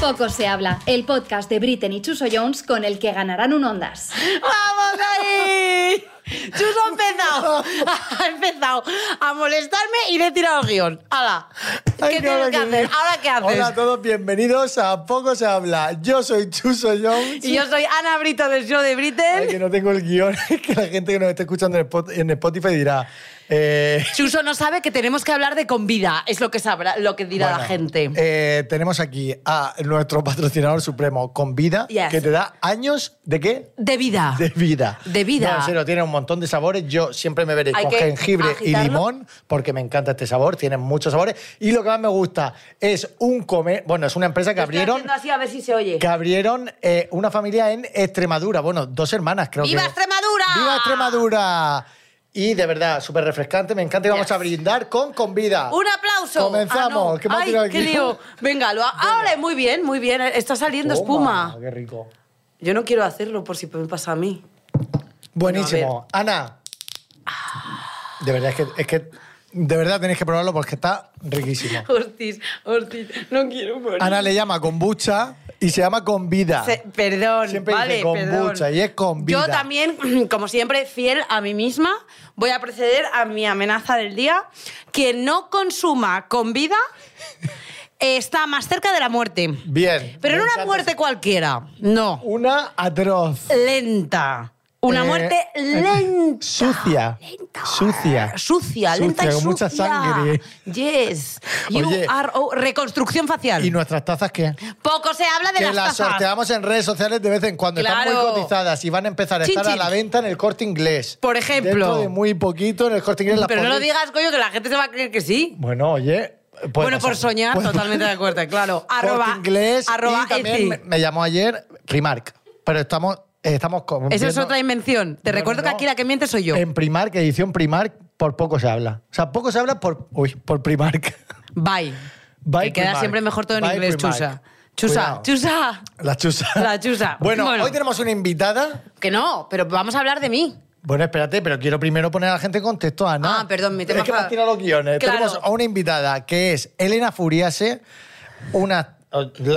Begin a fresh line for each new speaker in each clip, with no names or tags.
Poco se habla, el podcast de Britten y Chuso Jones con el que ganarán un Ondas.
¡Vamos ahí! Chuso ha empezado, ha empezado a molestarme y le he tirado el guión. ¡Hala! ¿Qué
Ay, no,
tienes
lo
que
que
hacer?
digo.
¿Ahora qué haces?
Hola a todos, bienvenidos a Poco se habla. Yo soy Chuso Jones.
y yo soy Ana Brito del show de
Ay,
Britain.
que no tengo el guión, que la gente que nos esté escuchando en Spot- en Spotify dirá... eh,
Chuso no sabe que tenemos que hablar de convida. Es lo que sabrá, lo que dirá la
bueno,
gente.
eh, tenemos aquí a nuestro patrocinador supremo, Convida,
Yes.
que te da años de qué?
de vida.
De vida.
De vida.
No, en serio, tiene un montón de sabores. Yo siempre me veré
Hay
con
que
jengibre
agitarlo.
y limón porque me encanta este sabor. Tiene muchos sabores. Y lo que más me gusta es un comer... Bueno, es una empresa que
Estoy
abrieron...
haciendo así a ver si se oye.
que abrieron eh, una familia en Extremadura. Bueno, dos hermanas, creo
¡Viva
que.
Extremadura!
¡Viva Extremadura! Y de verdad, súper refrescante. Me encanta y vamos
Yes.
a brindar con Convida.
Un aplauso.
Comenzamos,
Ah, no.
que me ha
Ay,
tirado el
qué
guión.
lío. Venga, lo ha- ahora muy bien, muy bien. Está saliendo
Toma,
espuma.
¡Qué rico!
Yo no quiero hacerlo por si me pasa a mí.
Buenísimo. Ana. De verdad, es que, es que. De verdad tenéis que probarlo porque está riquísimo.
Ortiz, Ortiz, no quiero morir.
Ana le llama kombucha y se llama Convida.
Se- perdón,
Siempre
vale,
dice kombucha
perdón.
y es con
Yo
vida.
también, como siempre, fiel a mí misma, voy a proceder a mi amenaza del día. Quien no consuma con vida eh, está más cerca de la muerte.
Bien.
Pero
Me
no una
encanta.
muerte cualquiera, no.
Una atroz.
Lenta. Una
Eh,
muerte
eh,
lenta.
Sucia. Sucia.
Sucia, lenta y
con
sucia.
mucha sangre.
Yes. You
Oye.
are- oh, reconstrucción facial.
¿Y nuestras tazas qué?
Poco se habla de
Que
las
las
tazas.
sorteamos en redes sociales de vez en cuando. Están
Claro.
muy cotizadas y van a empezar a
Chin,
estar
chin.
a la venta en el corte inglés.
Por ejemplo.
Dentro de muy poquito en el corte inglés. las
Pero no lo
podréis-
digas, coño, que la gente se va a creer que sí.
Bueno, oye. puede
bueno, por
pasar.
soñar,
Puede-
totalmente de acuerdo, claro.
Corte
Arroba,
inglés.
arroba
y también
Etsy.
me, me llamó ayer Primark. Pero estamos, eh, estamos con.
Esa es
viendo-
otra invención. Te
No,
recuerdo
no, Em,
que aquí la que miente soy yo.
En Primark, edición Primark, por poco se habla. O sea, poco se habla por. Uy, por Primark.
Bye.
Bye,
que queda
Primark.
siempre mejor todo en
Bye,
inglés,
Primark.
chusa. Chusa,
Cuidado.
chusa.
La chusa.
La chusa.
Bueno,
Bueno.
hoy tenemos una invitada.
Que no, pero vamos a hablar de mí.
Bueno, espérate, pero quiero primero poner a la gente en contexto, Ana.
Ah, perdón, mi tema
Es que me
fa-
has tirado los guiones.
Claro.
Tenemos a una invitada que es Elena Furiase, una...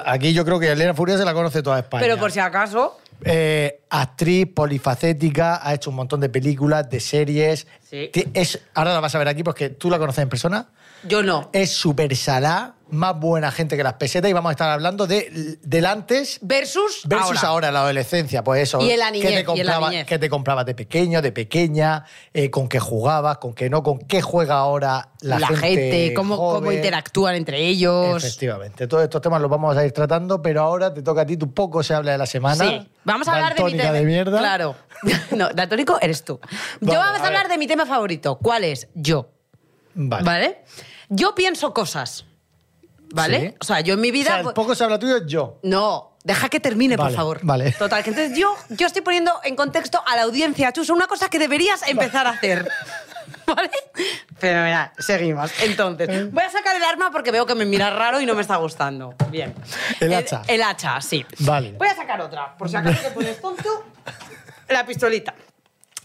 Aquí yo creo que Elena Furiase la conoce toda España.
Pero por si acaso.
Eh, actriz polifacética, ha hecho un montón de películas, de series.
Sí.
Ti- Es, ahora la vas a ver aquí porque tú la conoces en persona.
Yo no.
Es súper salá, más buena gente que las pesetas y vamos a estar hablando de, del antes
Versus,
Versus ahora. la adolescencia, pues eso.
Y en la niñez,
¿Qué
y en
te
la
comprabas,
niñez.
qué te comprabas de pequeño, de pequeña? eh, ¿Con qué jugabas? ¿Con qué no? ¿Con qué juega ahora la, gente?
cómo, cómo
joven?
interactúan entre ellos.
Efectivamente. Todos estos temas los vamos a ir tratando, pero ahora te toca a ti. Tu poco se habla de la semana.
Sí, vamos a hablar de mi
Daltónica
tema.
de mierda.
Claro. No, daltónico eres tú. Yo
Vale,
vamos a
a
hablar
ver.
de mi tema favorito. ¿Cuál es? Yo.
Vale.
Vale. Yo pienso cosas. ¿Vale?
Sí.
O sea, yo en mi
O
vida.
sea, el
pues-
poco se habla tuyo es yo.
No, deja que termine, por
Vale,
favor.
vale.
Total, que entonces yo, yo estoy poniendo en contexto a la audiencia, Chuso, una cosa que deberías empezar a hacer. ¿Vale? Pero mira, seguimos.
Eh.
Entonces, voy a sacar el arma porque veo que me mira raro y no me está gustando. Bien.
El hacha.
El, hacha, sí.
Vale.
Voy a sacar otra, por si acaso te pones tonto. La pistolita.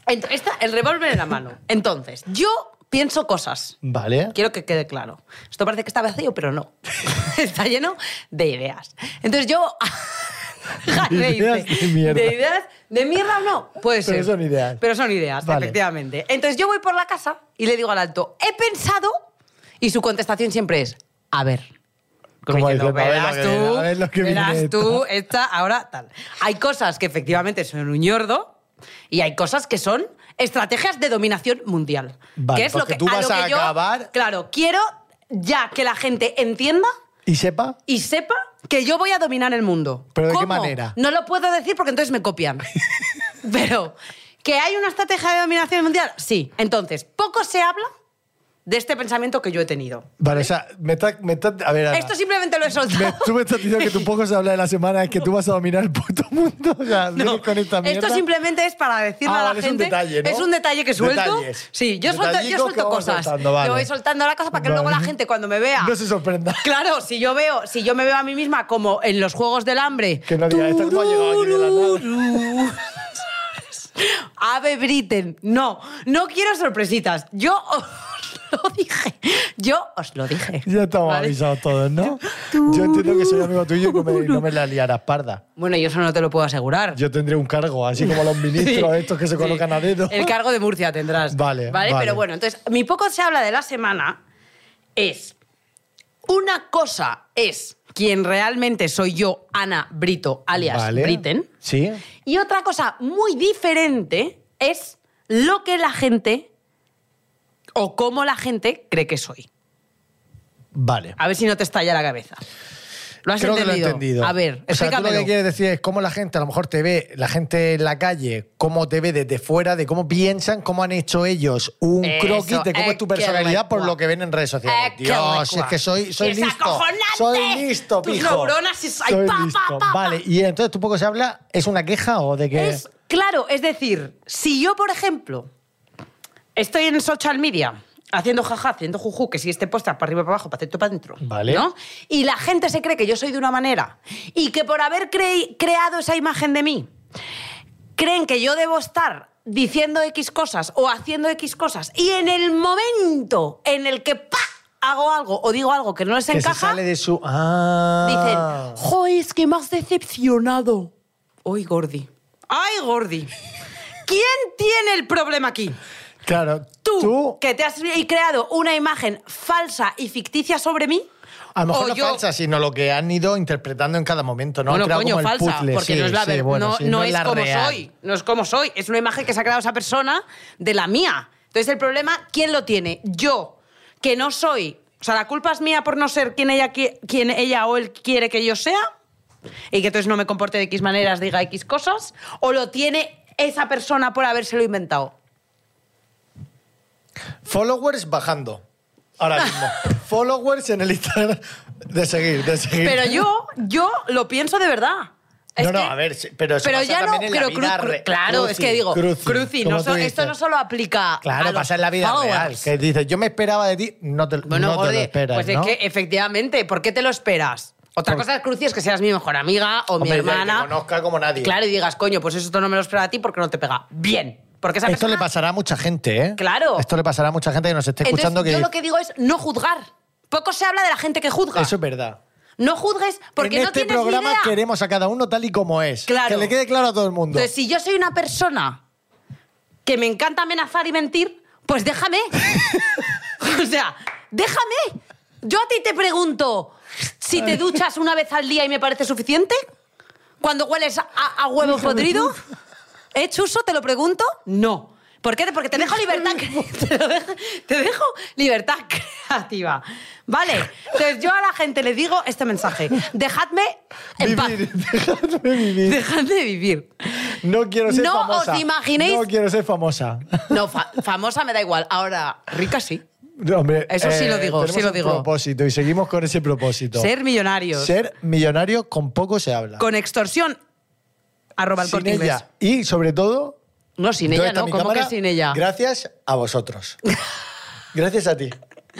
Ent- esta, el revólver en la mano. Entonces, yo pienso cosas.
Vale.
Quiero que quede claro. Esto parece que está vacío, pero no. está lleno de ideas. Entonces yo... Jane
Ideas
dice,
de mierda.
¿De ideas? ¿De mierda o no? Puede
Pero
ser.
son ideas.
Pero son ideas,
Vale.
efectivamente. Entonces yo voy por la casa y le digo al alto, he pensado... Y su contestación siempre es, a ver.
Como
Como diciendo,
diciendo, a
verás
ver lo que
tú,
viene, a ver lo que viene
verás
esto".
tú, esta, ahora tal. Hay cosas que efectivamente son un ñordo y hay cosas que son estrategias de dominación mundial.
Vale,
que es lo
porque
que,
tú
a
vas
lo que
a
yo-
acabar-
Claro, quiero ya que la gente entienda
Y sepa.
y sepa que yo voy a dominar el mundo.
¿Pero de qué
¿Cómo?
manera?
No lo puedo decir porque entonces me copian. Pero, ¿que hay una estrategia de dominación mundial? Sí. Entonces, poco se habla de este pensamiento que yo he tenido.
Vale, o sea, me está. Me está a ver, Ana.
Esto simplemente lo he soltado.
Me- tú me estás diciendo que tu poco se habla de la semana es que tú vas a dominar el puto mundo. O sea, vienes con esta mierda.
Esto simplemente es para decirle
Ah,
a la
vale, es un
gente.
detalle, ¿no?
es un detalle que suelto.
Detalles.
Sí, yo suelto, yo
Detallitos que
suelto
vamos
cosas.
soltando, vale.
Yo voy soltando la cosa para que
Vale.
luego la gente cuando me vea.
No se sorprenda.
Claro, si yo veo, si yo me veo a mí misma como en los juegos del hambre.
Que no diga, "Esta cómo ha llegado aquí de la nada".
Tururú. Ave Briten. No, no quiero sorpresitas. Yo os lo dije. Yo os lo dije.
Ya estamos
¿Vale?
avisados todos, ¿no? Yo entiendo que soy amigo tuyo y no me, no me la liarás parda.
Bueno, yo eso no te lo puedo asegurar.
Yo tendré un cargo, así como los ministros
Sí,
estos que se
sí.
colocan a dedo.
El cargo de Murcia tendrás.
Vale, vale.
Pero bueno, entonces, mi poco se habla de la semana es. Una cosa es quien realmente soy yo, Ana Brito, alias
Vale.
Britten.
Sí.
Y otra cosa muy diferente es lo que la gente o cómo la gente cree que soy.
Vale.
A ver si no te estalla la cabeza. ¿Lo has
Creo que lo
entendido?
he entendido.
A ver,
o sea, tú lo
explícamelo.
que quieres decir es cómo la gente a lo mejor te ve, la gente en la calle, cómo te ve desde fuera, de cómo piensan, cómo han hecho ellos un
Eso,
croquis de cómo es tu
es que
personalidad por
lecua.
lo que ven en redes sociales.
Eh, qué
Dios,
lecua.
es que soy, soy
¡Es
listo.
acojonante!
Soy listo,
Tus
pijo.
neuronas es- ay,
Soy
pa, pa,
listo.
pa, pa.
Vale, y entonces tú poco se habla, ¿es una queja o de que
Es, claro, es decir, si yo, por ejemplo, estoy en social media haciendo jaja, haciendo juju, que si este posta para arriba, para abajo, para dentro, para adentro,
Vale.
¿no? Y la gente se cree que yo soy de una manera y que por haber crei- creado esa imagen de mí, creen que yo debo estar diciendo X cosas o haciendo X cosas y en el momento en el que ¡pa! hago algo o digo algo que no les
que se
encaja,
sale de su. Ah.
Dicen, ¡jo, es que me has decepcionado! ¡Ay, Gordi! ¡Ay, Gordi! ¿Quién tiene el problema aquí?
Claro,
¿Tú,
tú
que te has creado una imagen falsa y ficticia sobre mí?
A lo mejor
O
no
yo-
falsa, sino lo que han ido interpretando en cada momento, ¿no? Han
bueno,
creado
coño,
como el
falsa,
puzzle,
porque
sí,
no es la
sí,
verdad.
bueno,
no
sí,
no
no
es,
la
como
real.
soy. No es como soy. Es una imagen que se ha creado esa persona de la mía. Entonces, el problema, ¿quién lo tiene? Yo, que no soy. O sea, la culpa es mía por no ser quien ella, qui- quien ella o él quiere que yo sea. Y que entonces no me comporte de X maneras, diga X cosas. O lo tiene esa persona por habérselo inventado.
Followers bajando. Ahora mismo. Followers en el Instagram. De seguir, de seguir.
Pero yo, yo lo pienso de verdad. Es
Eh, No, no,
que-
a ver, sí, pero eso pasa
ya
también en la
pero
vida
cru- cru-
re-
Claro, es que
cruci,
digo,
cruci,
cruci, no
como tú
so- esto
dices.
no solo aplica a
Claro,
los
pasa en la vida real.
followers.
Que dices, yo me esperaba de ti, no te,
Bueno,
no te
Gordi,
lo esperas.
pues
¿no? Pues
es que efectivamente, ¿por qué te lo esperas? Otra
Por-
cosa es cruci es que seas mi mejor amiga o
Hombre,
mi
que te
hermana.
conozca como nadie.
Claro, y digas, coño, pues eso no me lo esperaba a ti porque no te pega. Bien. Porque esa
Esto
persona-
le pasará a mucha gente, ¿eh?
Claro.
Esto le pasará a mucha gente que nos esté
Entonces,
escuchando.
yo
que
lo que digo es no juzgar. Poco se habla de la gente que juzga.
Eso es verdad.
No juzgues porque
en
no
este
tienes
programa
ni idea.
queremos a cada uno tal y como es.
Claro.
Que le quede claro a todo el mundo.
Entonces, si yo soy una persona que me encanta amenazar y mentir, pues déjame. o sea, déjame. Yo a ti te pregunto si te duchas una vez al día y me parece suficiente. Cuando hueles a, a huevo podrido. ¿Eh, Chuso? ¿Te lo pregunto? No. ¿Por qué? Porque te dejo libertad cre- te, lo dejo, te dejo libertad creativa. Vale. Entonces yo a la gente le digo este mensaje. Dejadme en paz.
Vivir, dejadme vivir.
Dejadme vivir.
No quiero ser
No
famosa.
os imaginéis-
No quiero ser famosa.
No, fa- famosa me da igual. Ahora, rica sí.
No, hombre, eh,
Eso sí lo digo,
tenemos
sí lo
un
digo.
propósito y seguimos con ese propósito.
Ser millonarios.
Ser millonario con poco se habla.
Con extorsión. Arroba el
sin
corte inglés.
ella. Y sobre todo.
No, sin ella,
¿dónde está
¿no?
mi
¿Cómo
cámara?
que sin ella?
Gracias a vosotros. gracias a ti.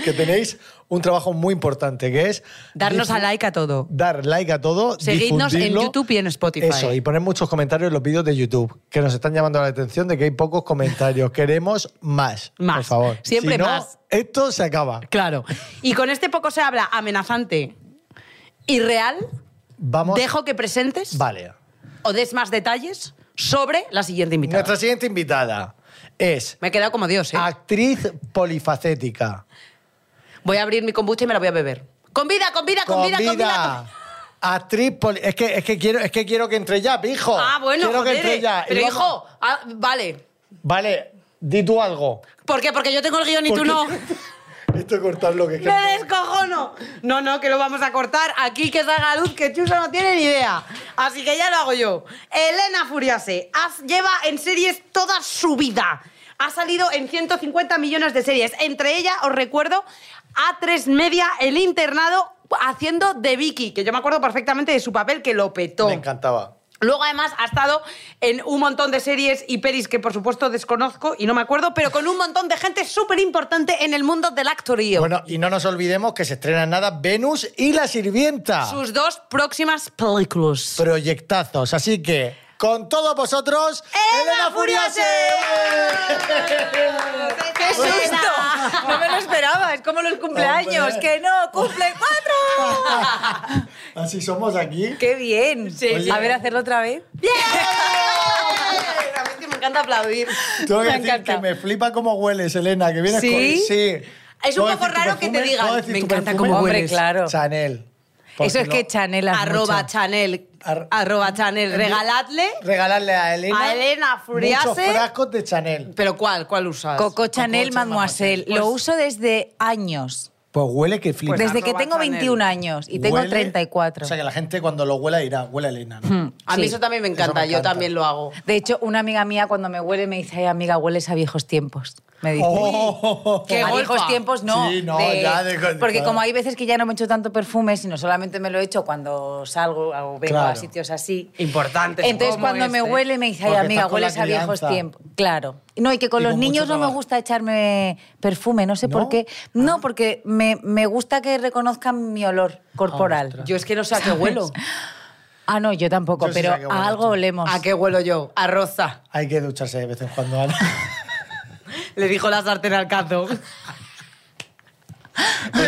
Que tenéis un trabajo muy importante que es.
Darnos
difu-
a like a todo.
Dar like a todo.
Seguidnos en
difundirlo.
YouTube y en Spotify.
Eso, y poner muchos comentarios en los vídeos de YouTube, que nos están llamando la atención de que hay pocos comentarios. Queremos más. Por
Más.
favor.
Siempre
Si no,
más.
Esto se acaba.
Claro. Y con este poco se habla amenazante y real.
Vamos.
Dejo que presentes
Vale.
o des más detalles sobre la siguiente invitada.
Nuestra siguiente invitada es
Me he quedado como Dios, ¿eh?
Ah. actriz polifacética.
Ah, Voy a abrir mi kombucha y me la voy a beber. ¡Con vida, con vida, con vida, con vida! con-
Actriz poli... Es que, es, que quiero, es que quiero que entre ya, hijo.
Ah, bueno,
Quiero
joder,
que entre ya. Y
Pero
vamos-
hijo, ah, vale.
Vale, di tú algo.
¿Por qué? Porque yo tengo el guión y
¿Por
tú
qué?
no.
Esto cortar lo que
¡Me descojono! No, no, que lo vamos a cortar. Aquí que salga a luz, que Chuso no tiene ni idea. Así que ya lo hago yo. Elena Furiase has- lleva en series toda su vida. Ha salido en 150 millones de series. Entre ellas, os recuerdo, A3 Media, El Internado, haciendo de Vicky, que yo me acuerdo perfectamente de su papel, que lo petó.
Me encantaba.
Luego, además, ha estado en un montón de series y pelis que, por supuesto, desconozco y no me acuerdo, pero con un montón de gente súper importante en el mundo del actorío.
Bueno, y no nos olvidemos que se estrena en nada
Ah.
Venus y la sirvienta.
Sus dos próximas películas.
Proyectazos. Así que Con todos vosotros,
¡Elena Furiase! ¿Qué es esto? No me lo esperaba, es como los cumpleaños,
Hombre.
que no, cumple cuatro.
Así somos aquí.
¡Qué bien!
sí.
A ver, hacerlo otra vez. ¡Bien! me encanta aplaudir.
Tengo que
me
decir
encanta.
que me flipa cómo hueles, Elena, que vienes
¿Sí?
con... Sí.
Es
¿Puedo
un poco
decir tu
raro que te
perfume?
digan,
¿Puedo decir
"Me
tu
encanta
perfume?
cómo
Hombre,
hueles".
claro.
Chanel.
Eso
Porque
es que
no-
Chanel has
Arroba
mucho.
Chanel.
Ar-
Arroba Chanel. Regaladle.
Regalarle a Elena...
A Elena Furiase.
Muchos frascos de Chanel.
¿Pero cuál? ¿Cuál usas?
Coco Chanel
Chanel,
Mademoiselle.
Mademoiselle.
Lo uso desde años.
Pues huele que flipa.
Pues
desde que
arroba
tengo
Chanel.
21 años y tengo
Huele-
34.
O sea, que la gente cuando lo huela dirá, huele a Elena, ¿no?
a mí
Sí.
eso también me
Eso me
encanta, yo
encanta.
también lo hago.
De hecho, una amiga mía cuando me huele me dice, ay amiga, hueles a viejos tiempos. Me dice.
Oh.
Qué
a
golfa.
viejos tiempos no.
Sí, no, ya de-
porque
claro.
como hay veces que ya no me echo tanto perfume, sino solamente me lo echo cuando salgo o vengo a
Claro.
sitios así.
Importante.
Entonces
como
cuando me
este.
huele me dice, ay
Porque
amiga,
estás con la
hueles a viejos
crianza.
tiempos. Claro. No, y que con
Y
los
con
niños
mucho
no me
trabajo.
gusta echarme perfume, no sé por
¿No? Ah.
qué. No, porque me, me gusta que reconozcan mi olor corporal.
ostras.
Yo es que no sé a qué huelo.
Ah, no, yo tampoco,
Yo sí
pero
sé a qué huele,
a algo
sí.
olemos.
¿A qué huelo yo? A roza.
Hay que ducharse de vez en cuando, Ana.
Le dijo la sartén al cazo.
Oye,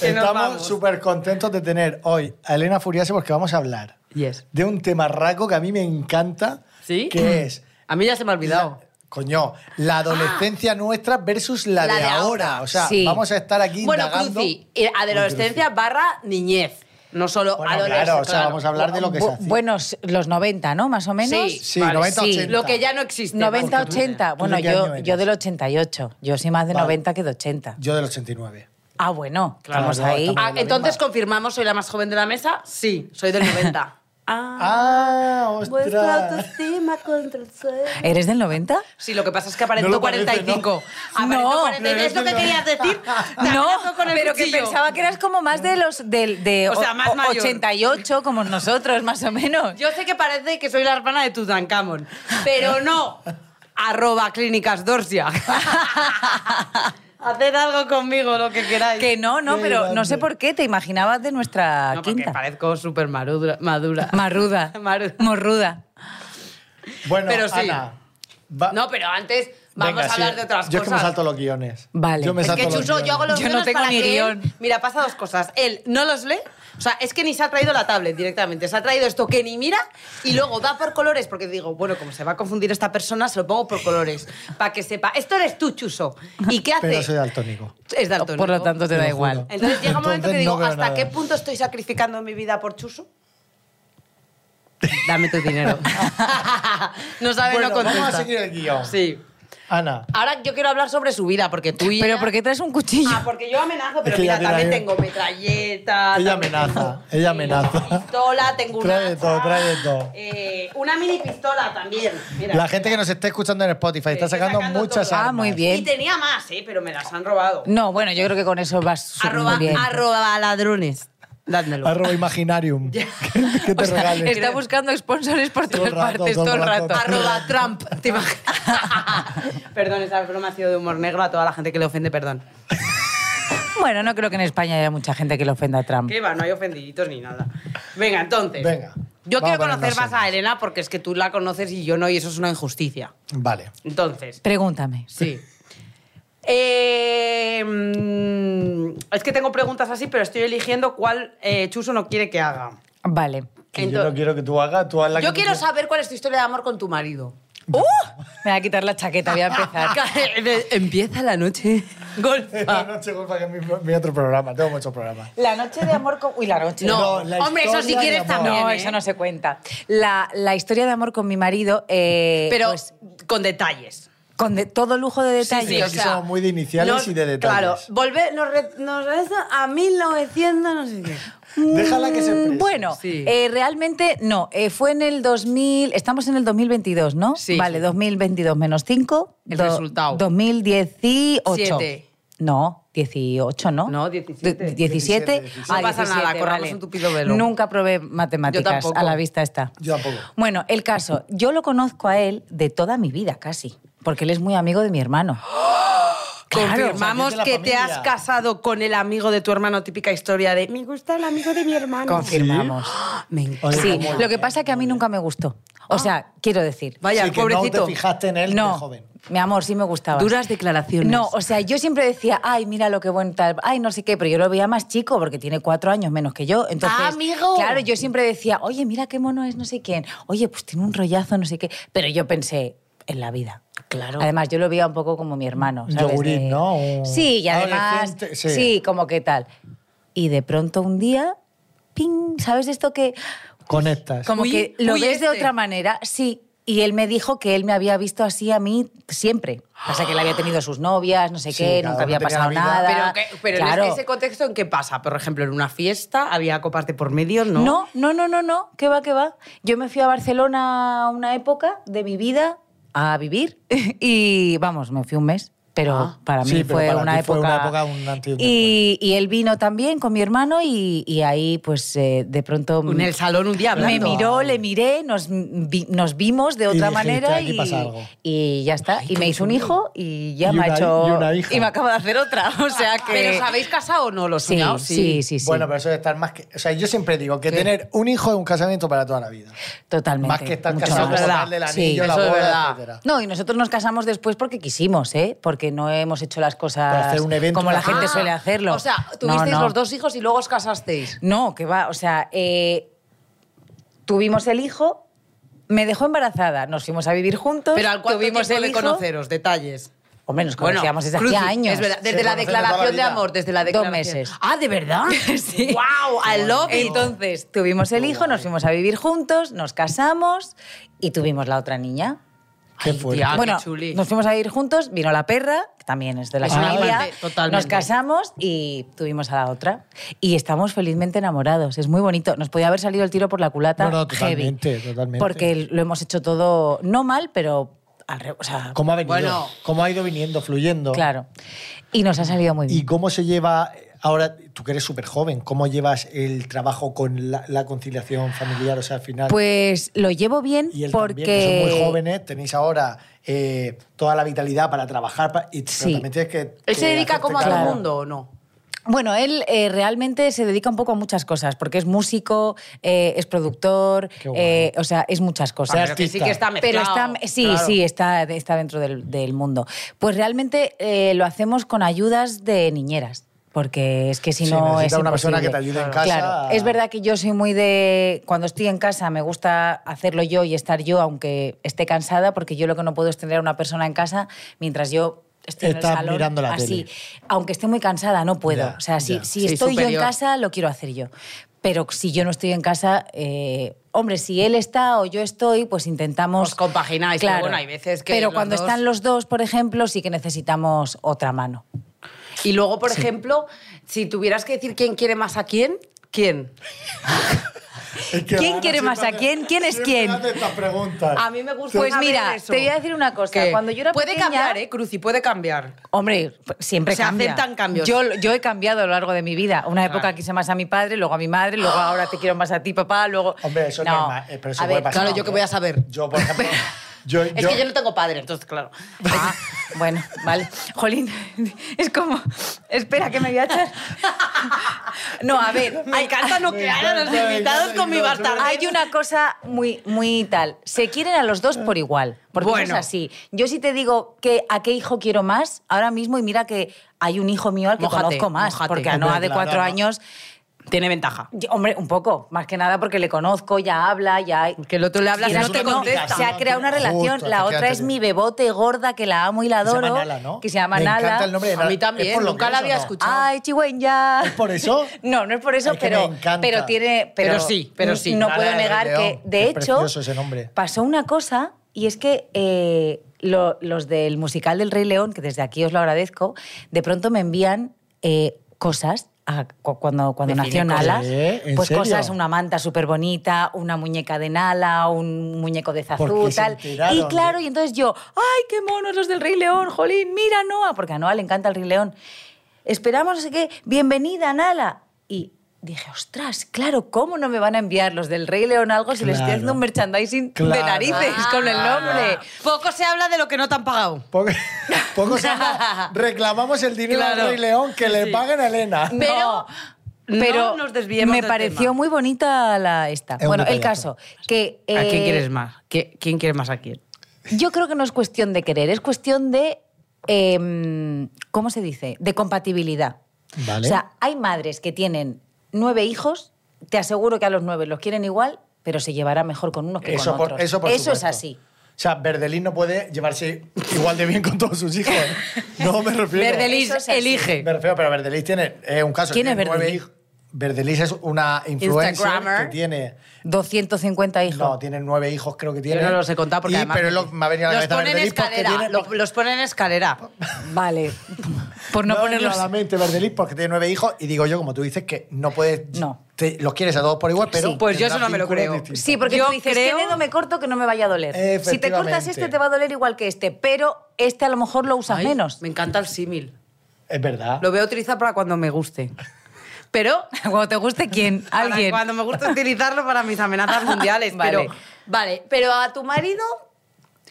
Que nos
estamos
vamos.
súper contentos de tener hoy a Elena Furiase porque vamos a hablar
Yes.
de un tema raco que a mí me encanta,
¿Sí?
que es,
A mí ya se me ha olvidado. Ah.
coño, la adolescencia nuestra versus la,
La
de,
de
ahora.
ahora.
O sea,
Sí.
vamos a estar aquí
Bueno,
indagando.
Cruci, eh, adolescencia barra niñez. No solo
Bueno,
adolescencia.
claro, o sea, vamos a hablar de lo que se
Bu-
hacía.
Bueno, s- los 90, ¿no? Más o menos.
Sí,
Sí,
vale,
90,
sí.
80.
Lo que ya no existe.
90,
Porque tú-
80.
¿Tú
Bueno,
de qué año
yo,
eres?
yo del 88. Yo soy más de
Vale.
90 que de 80.
Yo del 89.
Ah, bueno,
Claro,
estamos
claro,
ahí.
estamos-
Ah, entonces confirmamos, soy la más joven de la mesa. Sí, soy del 90.
¡Ah,
Vuestra
ostras!
autoestima contra el suelo.
¿Eres del 90?
Sí, lo que pasa es que aparento
No lo parece,
45.
¿no?
Aparento
No.
45. ¿Es lo que querías decir? Te
No,
amenazo con el
pero que
cuchillo.
pensaba que eras como más de los del de
O sea,
o-
más
o-
mayor.
88 como nosotros, más o menos.
Yo sé que parece que soy la hermana de Tutankamón, pero no. Arroba Clínicas Dorsia. Haced algo conmigo, lo que queráis.
Que no, no,
Qué
pero no
grande.
sé por qué te imaginabas de nuestra
No, porque
quinta.
parezco súper madura. madura.
Marruda.
Maru-
Morruda.
Bueno,
Pero sí.
Ana, va-
No, pero antes vamos
venga,
a hablar
sí.
de otras
Yo es
cosas.
que me salto los guiones.
Vale.
Yo me
Es
Es
salto
que
los
Chuso, yo hago los
Yo no
guiones
tengo
para
ni
que él-
guión.
mira, pasa dos cosas. Él no los lee. O sea, es que ni se ha traído la tablet directamente. Se ha traído esto que ni mira y luego da por colores. Porque digo, bueno, como se va a confundir esta persona, se lo pongo por colores. Para que sepa. Esto eres tú, Chuso. ¿Y qué hace?
Pero soy daltónico.
Es daltónico.
Por lo tanto, te
Te
da
lo
igual.
juro.
Entonces llega un momento que
Entonces
digo,
no veo
¿hasta
nada.
qué punto estoy sacrificando mi vida por Chuso? Dame tu dinero. no sabe,
Bueno,
no contesta.
vamos a seguir el guión.
Sí.
Ana,
Ahora yo quiero hablar sobre su vida, porque tú y
Pero
ella-
¿por qué traes un cuchillo?
Ah, porque yo amenazo, pero
Es que
mira,
ella tiene
también
ahí-
tengo metralleta.
Ella
también
amenaza,
tengo-
ella
sí,
amenaza.
Pistola, tengo una. eh,
Trae de todo, trae de todo.
una mini pistola también. Mira,
la gente que nos está escuchando en Spotify está
Estoy
sacando,
sacando
muchas
todo.
Ah,
armas.
muy bien.
Y tenía más, ¿eh? Pero me las han robado.
No, bueno, yo creo que con eso vas súper
arroba,
bien.
arroba ladrones. Dádmelo.
Arroba Imaginarium. que que te
O sea,
regalen.
está buscando sponsores por
Todo
todas
el rato,
partes, todo el rato.
Arroba Trump, te imaginas. perdón, esa broma ha sido de humor negro a toda la gente que le ofende, perdón.
Bueno, no creo que en España haya mucha gente que le ofenda a Trump.
Que va, no hay ofendiditos ni nada. Venga, entonces.
Venga,
Yo
vamos
quiero
a ponernos
conocer más a
serios.
Elena porque es que tú la conoces y yo no, y eso es una injusticia.
Vale.
Entonces,
Pregúntame.
sí. Eh, mm, es que tengo preguntas así, pero estoy eligiendo cuál eh, Chuso no quiere que haga.
Vale.
Que
Ento-
yo no quiero que tú hagas, tú haz la
yo
que tú
quiero
quieras.
saber cuál es tu historia de amor con tu marido.
Me va a quitar la chaqueta, voy a empezar.
Empieza la noche.
La
Golfa.
noche, golfa, que es mi, mi otro programa. Tengo muchos programas.
La noche de amor con... Uy, la noche.
No,
No, la
hombre, eso si
historia de
quieres
amor.
también.
No,
¿eh?
eso no se cuenta. La, la historia de amor con mi marido, eh,
Pero
pues,
con detalles.
con de- todo lujo de
Sí, sí,
detalles.
que aquí somos muy de iniciales y de detalles.
Claro, volver, nos, re- nos regresa a 1900, no sé qué.
Déjala que se
Mm,
exprese.
Bueno,
Sí.
eh, realmente no. Eh, fue en el 2000. Estamos en el 2022, ¿no?
Sí.
Vale, 2022 menos 5.
El resultado.
2018.
Siete.
No, 18, ¿no?
No, 17.
De-
17,
17.
No
Ah,
pasa nada,
17,
corramos
vale.
un tupido velo.
Nunca probé
Yo
matemáticas,
tampoco.
a la vista está.
Yo tampoco.
Bueno, el caso, yo lo conozco a él de toda mi vida casi, porque él es muy amigo de mi hermano.
Claro,
Confirmamos
o sea, que
que
es de
te
la
has
familia.
casado con el amigo de tu hermano, típica historia de me gusta el amigo de mi hermano.
Confirmamos.
Ah, Me encanta.
Oye,
Sí,
cómo lo
lo que pasa es que a mí nunca me gustó. O sea, quiero decir.
Vaya,
Sí, que
pobrecito.
no te fijaste en él
no,
de joven.
mi amor, sí me gustaba.
Duras declaraciones.
No, o sea, yo siempre decía, ay, mira lo que buen tal, ay, no sé qué, pero yo lo veía más chico porque tiene cuatro años menos que yo. Entonces,
Ah, amigo.
Claro, yo siempre decía, oye, mira qué mono es no sé quién, oye, pues tiene un rollazo, no sé qué. Pero yo pensé, en la vida.
Claro.
Además, yo lo veía un poco como mi hermano.
Un
¿sabes?
yogurín,
De-
¿no? Un
Sí, y además.
adolescente, sí.
Sí. como que tal. Y de pronto un día, ¡ping! ¿Sabes esto que.?
Conectas.
Como
Uy,
que lo
uy,
ves de
este.
otra manera, sí. Y él me dijo que él me había visto así a mí siempre. Pasa que él había tenido sus novias, no sé
Sí,
qué,
cada
nunca
uno
había
tenía
pasado
vida.
nada.
Pero, que- pero en
Claro.
ese contexto, ¿en qué pasa? Por ejemplo, en una fiesta, había copas de por medio, ¿no?
No, no, no, no, no. ¿Qué va, qué va? Yo me fui a Barcelona una época de mi vida a vivir y vamos, me fui un mes. Pero
Ah.
para mí
Sí, pero
fue,
para
una
ti fue
época,
una época, un antes y un
y, y él vino también con mi hermano y, y ahí pues eh, de pronto
En el salón un día
me
hablando.
miró, le miré, nos, vi- nos vimos de otra
dijiste,
manera
"Aquí
y,
pasa algo".
y ya está. y me hizo un hijo y ya
Y
me
una-
ha hecho...
y una hija. Ah,
me acaba de hacer otra, o sea que...
¿Pero os habéis casado o no? ¿Lo
sí,
soñado?
sí, sí, sí,
Bueno, pero eso de estar más que. O sea, yo siempre digo que tener un hijo es un casamiento para toda la vida.
Totalmente.
Más que estar
mucho
casado con
más.
verdad.
darle el
Sí,
anillo, la
eso es
boda,
verdad.
etcétera.
No, y nosotros nos casamos después porque quisimos, ¿eh? Porque no hemos hecho las
Para
cosas
hacer un evento,
como la
una
gente
Ah,
suele hacerlo.
O sea,
No,
tuvisteis
no.
los dos hijos y luego os casasteis.
No, que va, o sea, eh, tuvimos el hijo, me dejó embarazada, nos fuimos a vivir juntos.
Pero al cuánto
tuvimos
tiempo
el
de
hijo.
conoceros, detalles.
Hombre, nos conocíamos desde hacía
cruci-
años.
Es verdad, desde
Se
la
conocen de
declaración
toda la
de,
vida.
amor, desde la
Dos
declaración.
meses.
Ah, ¿de verdad?
Sí. eh,
¡Wow! I love it.
Entonces, tuvimos el hijo, nos fuimos a vivir juntos, nos casamos y tuvimos la otra niña.
Qué
Ay,
fuerte.
tía, qué
bueno,
chuli.
nos fuimos a vivir juntos, vino la perra, que también es de la
Ah,
familia,
totalmente, totalmente.
nos casamos y tuvimos a la otra. Y estamos felizmente enamorados, es muy bonito. Nos podía haber salido el tiro por la culata.
No, no,
heavy.
totalmente, totalmente.
Porque lo hemos hecho todo, no mal, pero al re- o sea,
¿Cómo ha venido?
Bueno.
¿Cómo ha ido viniendo, fluyendo?
claro. Y nos ha salido muy bien.
¿Y cómo se lleva ahora, tú que eres súper joven, cómo llevas el trabajo con la, la conciliación familiar? O sea, al final.
Pues lo llevo bien
y él
porque...
también, que son muy jóvenes, tenéis ahora eh, toda la vitalidad para trabajar. pa- y, pero
Sí.
también tienes que.
¿Él se
que
dedica
hacerte
como a todo
cargo.
el
Claro.
mundo o no?
Bueno, él eh, realmente se dedica un poco a muchas cosas, porque es músico, eh, es productor,
Qué guay.
eh, o sea, es muchas
O
cosas.
sea,
Sea
que sí
artista.
que está
Pero
mezclado.
está, sí, sí, está, está dentro del, del mundo. Pues realmente eh, lo hacemos con ayudas de niñeras. Porque es que si
Sí,
no es
necesitas una persona
imposible.
que te ayude en casa.
Claro, es verdad que yo soy muy de cuando estoy en casa me gusta hacerlo yo y estar yo aunque esté cansada porque yo lo que no puedo es tener a una persona en casa mientras yo estoy en
Estás
el salón
mirando la
así,
tele.
aunque esté muy cansada no puedo,
Ya,
o sea, si,
ya.
si
Sí,
estoy yo
superior.
en casa lo quiero hacer yo. Pero si yo no estoy en casa, eh, hombre, si él está o yo estoy, pues intentamos
Os compagináis, pero bueno, hay veces que
Pero
los
cuando
dos-
están los dos, por ejemplo, sí que necesitamos otra mano.
Y luego, por ejemplo, si tuvieras que decir quién quiere más a quién, ¿quién?
Es que
¿Quién
ahora
quiere más
siempre
a quién? ¿Quién es
siempre
quién?
hace estas preguntas.
A mí me gusta.
Pues
saber
mira,
eso.
te voy a decir una cosa.
¿Qué?
Cuando yo era
Puede
pequeña-
cambiar, ¿eh, Cruci? Puede cambiar.
Hombre, pues, siempre
Se
cambia.
aceptan cambios.
Yo, yo he cambiado a lo largo de mi vida. Una época
Claro.
quise más a mi padre, luego a mi madre, luego ahora te quiero más a ti, papá, luego...
Hombre, eso es
No.
normal. eh, Pero eso
A
puede
ver,
pasar,
claro, yo que
¿eh?
voy a saber.
Yo, por ejemplo. yo,
Es que yo no tengo padre, entonces, claro.
Ah, bueno, vale. Jolín, es como... Espera, que me voy a echar. No, a ver,
Me encanta nuclear a los
encanta, me
invitados
encanta,
con mi
no,
bastardo.
Hay una cosa muy, muy tal. Se quieren a los dos por igual. Porque
Bueno.
eso es así. Yo si te digo que a qué hijo quiero más, ahora mismo, y mira que hay un hijo mío al que
Mójate,
conozco más.
mójate.
Porque a
Hombre,
Noah de
claro,
cuatro
¿no?
años,
Tiene ventaja.
yo- hombre, un poco. Más que nada porque le conozco, ya habla, ya...
Que el otro le habla y
Quieras
no
Tienes
te
que
una
contesta.
comunicación.
se ha creado una relación.
Justo,
la otra es
efectivamente.
mi bebote gorda que la amo y la
Se llama
adoro.
Nala, ¿no?
Que se llama
Me
Nala.
encanta el nombre de
A
Nala.
mí también,
¿Es por lo
nunca
que
la
es o
había
no?
escuchado.
Ay, chihuahua.
¿Es por eso?
No, no es por eso,
Es que me
pero,
encanta.
pero tiene. Pero,
Pero sí, pero sí.
No
Nada
puedo
de
negar
León.
que, de
Es
hecho,
precioso ese nombre.
pasó una cosa y es que eh, lo- los del musical del Rey León, que desde aquí os lo agradezco, de pronto me envían eh, cosas. a- cu- cuando cuando
Define
nació
cosas.
Nala,
¿Eh? ¿En
pues
serio?
cosas, una manta súper bonita, una muñeca de Nala, un muñeco de Zazú,
Porque se
tal. Y
enteraron
claro,
de-
y entonces yo, ¡ay, qué monos los del Rey León! ¡Jolín, mira a Noah! Porque a Noah le encanta el Rey León. Esperamos, no sé qué, bienvenida, Nala. Y dije, ostras, claro, ¿cómo no me van a enviar los del Rey León algo si les estoy
Claro.
haciendo un merchandising de
Claro.
narices con el
Ah.
nombre?
Poco se habla de lo que no te han pagado.
Poco, poco se habla, reclamamos el dinero
Claro.
al Rey León que le paguen a Elena.
Pero,
No
pero
nos desviemos
me
del
pareció
tema.
muy bonita la esta.
Es un
bueno, el
detallazo.
caso que
¿A quién
eh,
quieres más? ¿Qui- ¿Quién quiere más a quién?
Yo creo que no es cuestión de querer, es cuestión de em, ¿cómo se dice? De compatibilidad.
Vale.
O sea, hay madres que tienen nueve hijos, te aseguro que a los nueve los quieren igual, pero se llevará mejor con unos que
Eso
con
por-
otros.
eso por
es
supuesto.
así.
O sea, Verdelín no puede llevarse igual de bien con todos sus hijos. ¿eh? No me refiero.
Verdelis,
Eso es así.
elige.
Me refiero, pero Verdelis tiene eh, un caso.
¿Quién es
tiene nueve
Verdelis?
hij- Verdelis es una influencer
Instagrammer.
que tiene.
250 hijos.
No, tiene nueve hijos, creo que tiene.
Yo no los he contado porque
Y-
además...
Pero lo- me ha venido a la
los
cabeza
pone en
Verdelis porque
escalera.
tiene.
lo- los pone en escalera.
Vale. Por no
me ha venido
ponerlos.
a la mente Verdelis porque tiene nueve hijos y digo yo, como tú dices, que no puedes.
No.
te- los quieres a todos por igual, pero.
Sí.
Pues yo eso
tendrás
no me lo
vínculos
creo.
distintos.
Sí, porque
Yo
tú dices,
creo-
¿qué dedo me corto que no me vaya a doler? Si te cortas
Efectivamente.
este, te va a doler igual que este, pero este a lo mejor lo usas
Ay,
menos.
Me encanta el símil.
Es verdad.
Lo voy a utilizar para cuando me guste. Pero
Cuando te guste, ¿quién?
para
Alguien.
cuando me gusta utilizarlo para mis amenazas mundiales.
Vale.
Pero, vale, pero a tu marido,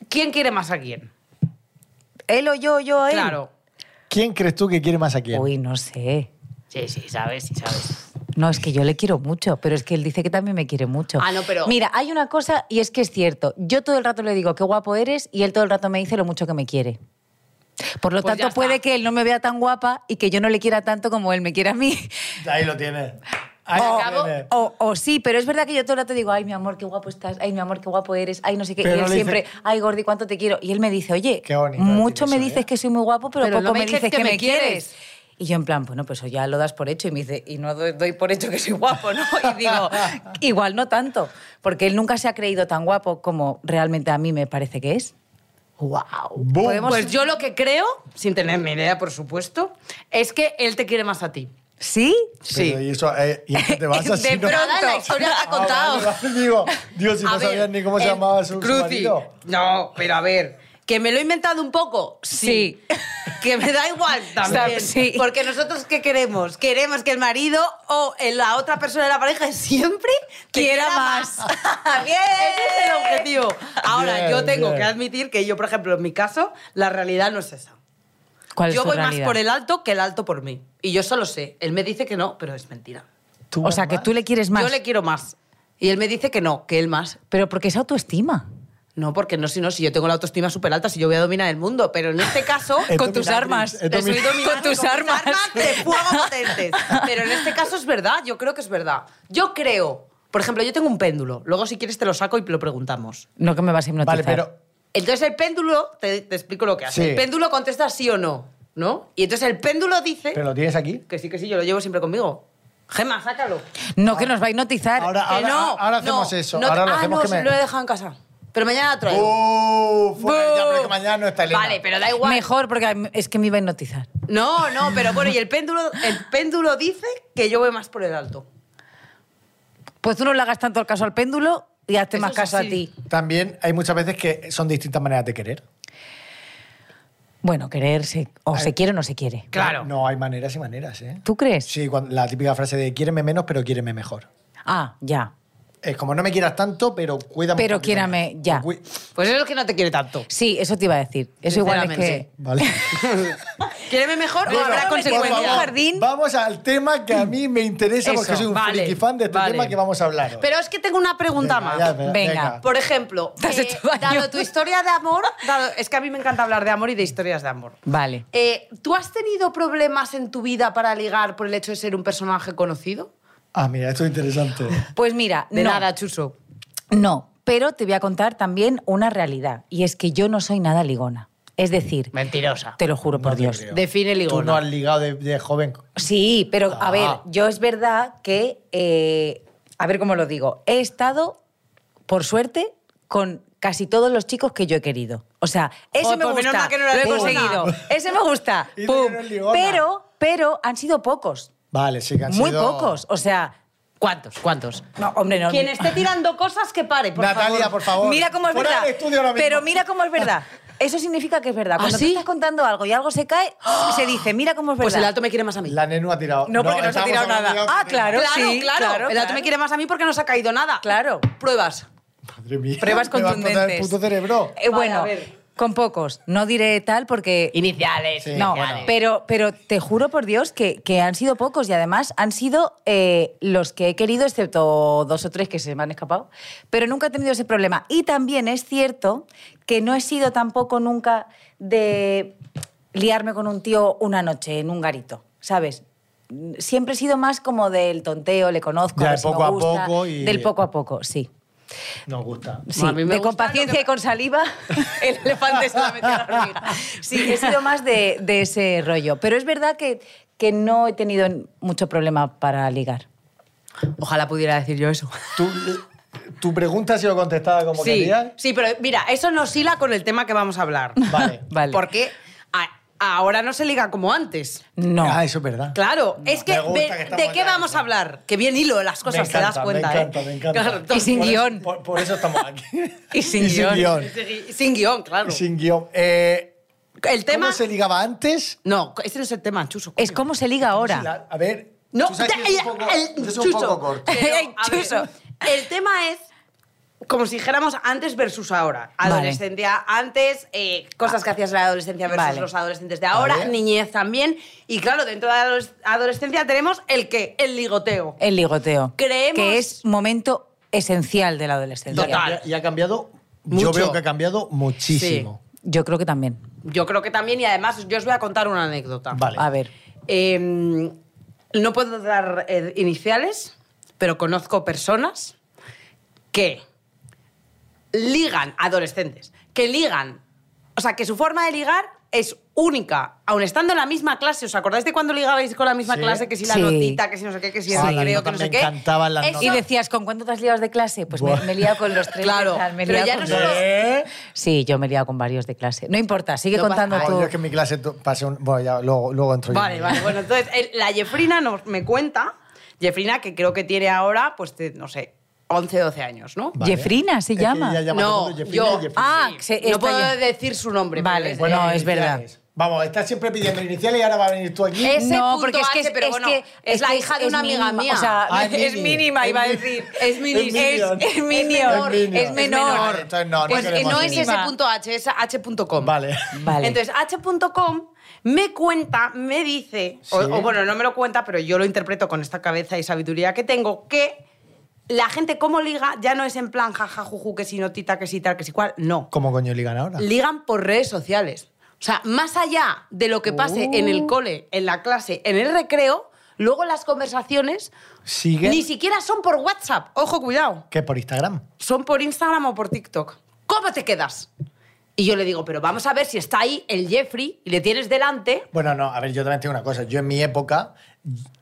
¿quién quiere más a quién?
Él o yo, o yo a él.
Claro.
¿Quién crees tú que quiere más a quién?
Uy, no sé.
Sí, sí, sabes, sí, sabes.
No, es que yo le quiero mucho, pero es que él dice que también me quiere mucho.
Ah, no, pero-
Mira, hay una cosa y es que es cierto. Yo todo el rato le digo qué guapo eres y él todo el rato me dice lo mucho que me quiere. Por lo
Pues ya
tanto,
está.
puede que él no me vea tan guapa y que yo no le quiera tanto como él me quiere a mí.
Ahí lo tienes. Ahí
Oh,
lo tienes.
O, o sí, pero es verdad que yo todo el rato digo, ay, mi amor, qué guapo estás, ay, mi amor, qué guapo eres, ay, no sé qué.
Pero
y él
le dice-
siempre, ay, Gordi, cuánto te quiero. Y él me dice, oye,
Qué bonito
mucho
decir
me
eso,
dices
¿eh?
que soy muy guapo, pero,
Pero no
poco
me
me
dices
dices
que
que,
me
me quieres.
quieres.
Y yo en plan, bueno, pues eso ya lo das por hecho. Y me dice, y no doy, doy por hecho que soy guapo, ¿no? Y digo, igual no tanto, porque él nunca se ha creído tan guapo como realmente a mí me parece que es.
¡Wow!
Boom.
Pues yo lo que creo, sin tener ni idea, por supuesto, es que él te quiere más a ti.
¿Sí?
Sí.
Pero, ¿y, eso, eh, ¿Y en qué te vas
De
así? no?
pronto. Nada, la historia la ha
Ah, vale,
contado.
vale, digo, Dios, si
A
no
ver,
sabías ni cómo se
el
llamaba su, su
Cruci.
marido.
No, pero a ver. ¿Que me lo he inventado un poco? Sí. que me da igual también.
O sea, sí.
Porque nosotros, ¿qué queremos? Queremos que el marido o el- la otra persona de la pareja siempre te
Quiera
¡Bien! Ese es el objetivo. Ahora,
Bien,
yo tengo
bien.
que admitir que yo, por ejemplo, en mi caso, la realidad no es esa.
¿Cuál
Yo
es tu
voy
realidad?
más por el alto que el alto por mí. Y yo solo sé. Él me dice que no, pero es mentira.
Tú
O sea,
vas
que
más.
tú le quieres más.
Yo le quiero más. Y él me dice que no, que él más.
Pero porque es autoestima.
No, porque no, si no, si yo tengo la autoestima súper alta, si yo voy a dominar el mundo. Pero en este caso,
Es
con tus
dominatriz,
armas.
es
soy
dominatriz.
dominante
Con tus
mis
armas.
de fuego potentes. Pero en este caso es verdad, yo creo que es verdad. Yo creo, por ejemplo, yo tengo un péndulo. Luego, si quieres, te lo saco y lo preguntamos.
No que me vas a hipnotizar.
Vale, pero
Entonces, el péndulo, te, te explico lo que hace.
Sí.
El péndulo contesta sí o no, ¿no? Y entonces el péndulo dice
¿Pero lo tienes aquí?
que sí, que sí, yo lo llevo siempre conmigo. Gema, sácalo.
No que nos va a hipnotizar.
Ahora,
Que
ahora,
no,
ahora hacemos
no,
eso.
no te-
ahora lo
ah,
hacemos
no,
que me...
lo he dejado en casa. Pero mañana la traigo.
¡Buf! Fuera, ya,
¡Buf!
pero es que mañana no está Elena.
Vale, pero da igual.
Mejor, porque es que me iba a hipnotizar.
No, no, pero bueno, y el péndulo, el péndulo dice que yo voy más por el alto.
Pues tú no le hagas tanto el caso al péndulo y hazte
Eso
más
es
caso
así.
a ti.
También hay muchas veces que son distintas maneras de querer.
Bueno, querer se- o
Ay.
se quiere o no se quiere.
Claro.
No, hay maneras y maneras, ¿eh?
¿Tú crees?
Sí, cuando- la típica frase de quiéreme menos, pero quiéreme mejor.
Ah, ya.
Es como no me quieras tanto, pero cuídame.
Pero
un poquito
quiérame,
más".
ya.
Cui-
Pues eso es que no te quiere tanto.
Sí, eso te iba a decir. Eso igual es que.
Sinceramente.
Vale.
Quiereme mejor o
Bueno,
habrá
por
consecuencias.
favor. jardín.
Vamos al tema que a mí me interesa porque
Eso,
soy un
vale,
friki fan de este
vale.
tema que vamos a hablar. hoy.
Pero es que tengo una pregunta
Venga,
más.
ya,
Venga.
Por ejemplo,
Te has
eh,
hecho daño.
dado tu historia de amor, dado- es que a mí me encanta hablar de amor y de historias de amor.
Vale.
Eh, ¿Tú has tenido problemas en tu vida para ligar por el hecho de ser un personaje conocido?
Ah, mira, esto es interesante.
Pues mira,
De
no.
nada, Chuso.
No, pero te voy a contar también una realidad. Y es que yo no soy nada ligona. Es decir,
Mentirosa.
te lo juro por
No te
Dios.
creo.
Define
Tú
ligona.
no has ligado de, de joven.
Sí, pero
Ah.
a ver, yo es verdad que, eh, a ver cómo lo digo, he estado, por suerte, con casi todos los chicos que yo he querido. O sea, ese
Joder,
me
pues menos
gusta,
mal que no
lo
eres
he
ligona.
conseguido, ese me gusta,
Y tú
pum.
que no eres ligona.
Pero, pero han sido pocos,
Vale, sí que han
muy
sido-
pocos. O sea,
¿Cuántos? ¿Cuántos?
no, hombre, no.
este? Quien esté tirando cosas, que pare, por
Natalia,
favor.
por favor.
Mira cómo es
Fuera
verdad.
del estudio ahora mismo.
Pero mira cómo es verdad. Eso significa que es verdad.
¿Ah,
Cuando
sí?
tú estás contando algo y algo se cae, se dice, mira cómo es verdad.
Pues el alto me quiere más a mí.
La Nenu ha tirado.
No, porque no se ha
estábamos
tirado
hablando
nada.
de otro
Ah,
tema.
claro. sí, claro,
El alto me
claro.
quiere más a mí porque no se ha caído nada.
Claro.
Pruebas.
Madre mía.
Pruebas
me va a explotar
contundentes.
el puto cerebro.
Eh,
Vale,
bueno,
a ver.
con pocos. No diré tal porque...
Iniciales.
Sí,
no,
bueno.
pero, pero te juro por Dios que, que han sido pocos y además han sido eh, los que he querido, excepto dos o tres que se me han escapado, pero nunca he tenido ese problema. Y también es cierto que no he sido tampoco nunca de liarme con un tío una noche en un garito, ¿sabes? Siempre he sido más como del tonteo, le conozco,
Ya,
a ver si me
poco a
gusta,
poco y-
del poco a poco, sí.
Nos gusta.
Sí,
Bueno, a mí me
de con
gusta lo
paciencia
que-
y con saliva, el elefante se la metió a dormir. Sí, he sido más de, de ese rollo. Pero es verdad que, que no he tenido mucho problema para ligar.
Ojalá pudiera decir yo eso.
¿Tu, tu pregunta ha sido contestada como
Sí,
querías?
sí, pero mira, eso nos hila con el tema que vamos a hablar.
Vale.
Vale.
Porque a- ahora no se liga como antes.
No.
Ah, eso es verdad.
Claro, es que,
me gusta
ve-
que estamos
¿de qué
ya en
vamos
eso.
a hablar? Que bien hilo las
Me
cosas, te das
encanta,
cuenta,
Me
¿eh?
encanta, me encanta.
Claro,
Y sin
Por eso-
guión.
por, por eso estamos aquí.
Y sin
Y sin
guión.
guión.
sin- sin guión, claro.
Y Sin guión. Eh,
El tema...
¿Cómo se ligaba antes?
No, ese no es el tema, Chuso.
Es
coño.
como se liga ahora.
La- A ver.
No,
tú sabes que yo soy un poco-
el- Eh,
yo soy un
Chuso.
poco corto.
Pero,
Ey,
a ver,
Chuso.
el tema es como si dijéramos antes versus ahora.
Vale. Ah.
Adolescencia antes, eh, cosas que hacías en la adolescencia versus
Vale.
los adolescentes de ahora,
Vale.
niñez también. Y claro, dentro de la adoles- adolescencia tenemos el qué, el ligoteo.
El ligoteo.
Creemos-
Que es momento esencial de la adolescencia.
Y ha cambi-
Total.
Y ha cambiado. Yo
Mucho.
veo que ha cambiado muchísimo.
Yo creo que también.
Yo creo que también, y además yo os voy a contar una anécdota.
Vale.
A ver.
Eh, no puedo dar eh, iniciales, pero conozco personas que ligan, adolescentes, que ligan, o sea, que su forma de ligar es única, aun estando en la misma clase. ¿Os acordáis de cuando ligabais con la misma
Sí.
clase? Que si la
Sí.
notita, que si no sé qué, que si
Ah,
el
la
recreo,
nota,
que no
me
sé qué.
encantaban las
Eso-
Y decías, ¿con cuánto te has liado de clase? Pues me,
Buah.
me he liado con los tres.
Claro,
de tal, me he
pero
liado
ya
con
no
los-
solo-
¿Eh?
Sí, yo me he liado con varios de clase. No importa, sigue
No pasa
contando
nada.
Ay,
tú.
yo es que en mi clase to- pasé un. Bueno, ya luego, luego entro yo.
Vale, vale. Bueno, entonces el- la Jeffrina nos, me cuenta, Jeffrina que creo que tiene ahora, pues, de, no sé, 11, 12 años, ¿no?
Vale.
Jeffrina se
Es que
llama.
ella llama a todo
No,
el mundo Jeffrina
yo.
y Jeffrina.
Ah,
Sí.
se-
no
está
puedo
ya.
decir su nombre.
Vale,
pero es-
bueno,
eh,
es verdad.
iniciales. Vamos, estás siempre pidiendo iniciales y ahora va a venir tú aquí.
Ese
No,
punto
porque es que
H,
es-
pero
es
bueno,
que-
es
es
la
que
hija
es-
de una
es
amiga
mínima,
mía.
o sea,
Ah,
es,
mini.
mínima,
Es
iba a
mini.
decir.
Es mini.
Es
Es,
minion.
es
Es
minion. Es,
minion.
menor.
Vale, entonces no, no
Pues, eh,
queremos
no
no
es
mínima.
ese punto H, es h.com.
Vale.
Vale.
Entonces, h.com me cuenta, me dice, o,
Sí.
o bueno, no me lo cuenta, pero yo lo interpreto con esta cabeza y sabiduría que tengo, que la gente como liga ya no es en plan jaja, juju, que si notita, que si tal, que si cual. No.
¿Cómo coño ligan ahora?
ligan por redes sociales. O sea, más allá de lo que pase en
Oh.
el cole, en la clase, en el recreo, luego las conversaciones
Sigue.
ni siquiera son por WhatsApp. Ojo, cuidado.
¿Qué? ¿Por Instagram?
Son por Instagram o por TikTok. ¿Cómo te quedas? Y yo le digo, pero vamos a ver si está ahí el Jeffrey y le tienes delante.
Bueno, no, a ver, yo también tengo una cosa. Yo en mi época,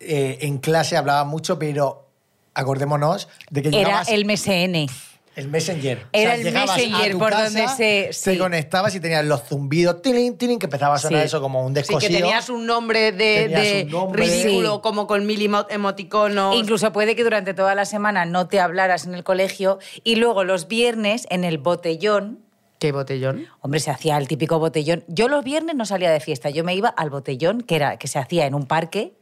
eh, en clase hablaba mucho, pero acordémonos de que
Era
llegabas
el MSN.
el Messenger.
era el
llegabas
Messenger
a tu
por
casa,
donde se-
Te
sí.
conectabas y tenías los zumbidos, tilín, tilín, que empezaba a sonar
Sí.
eso como un
Sí,
descosido.
que tenías un nombre de,
Tenías
de
un nombre.
ridículo,
Sí.
como con mil emo- emoticonos.
Incluso puede que durante toda la semana no te hablaras en el colegio y luego los viernes en el botellón.
¿Qué botellón?
Hombre, se hacía el típico botellón. Yo los viernes no salía de fiesta, yo me iba al botellón que, era, que se hacía en un parque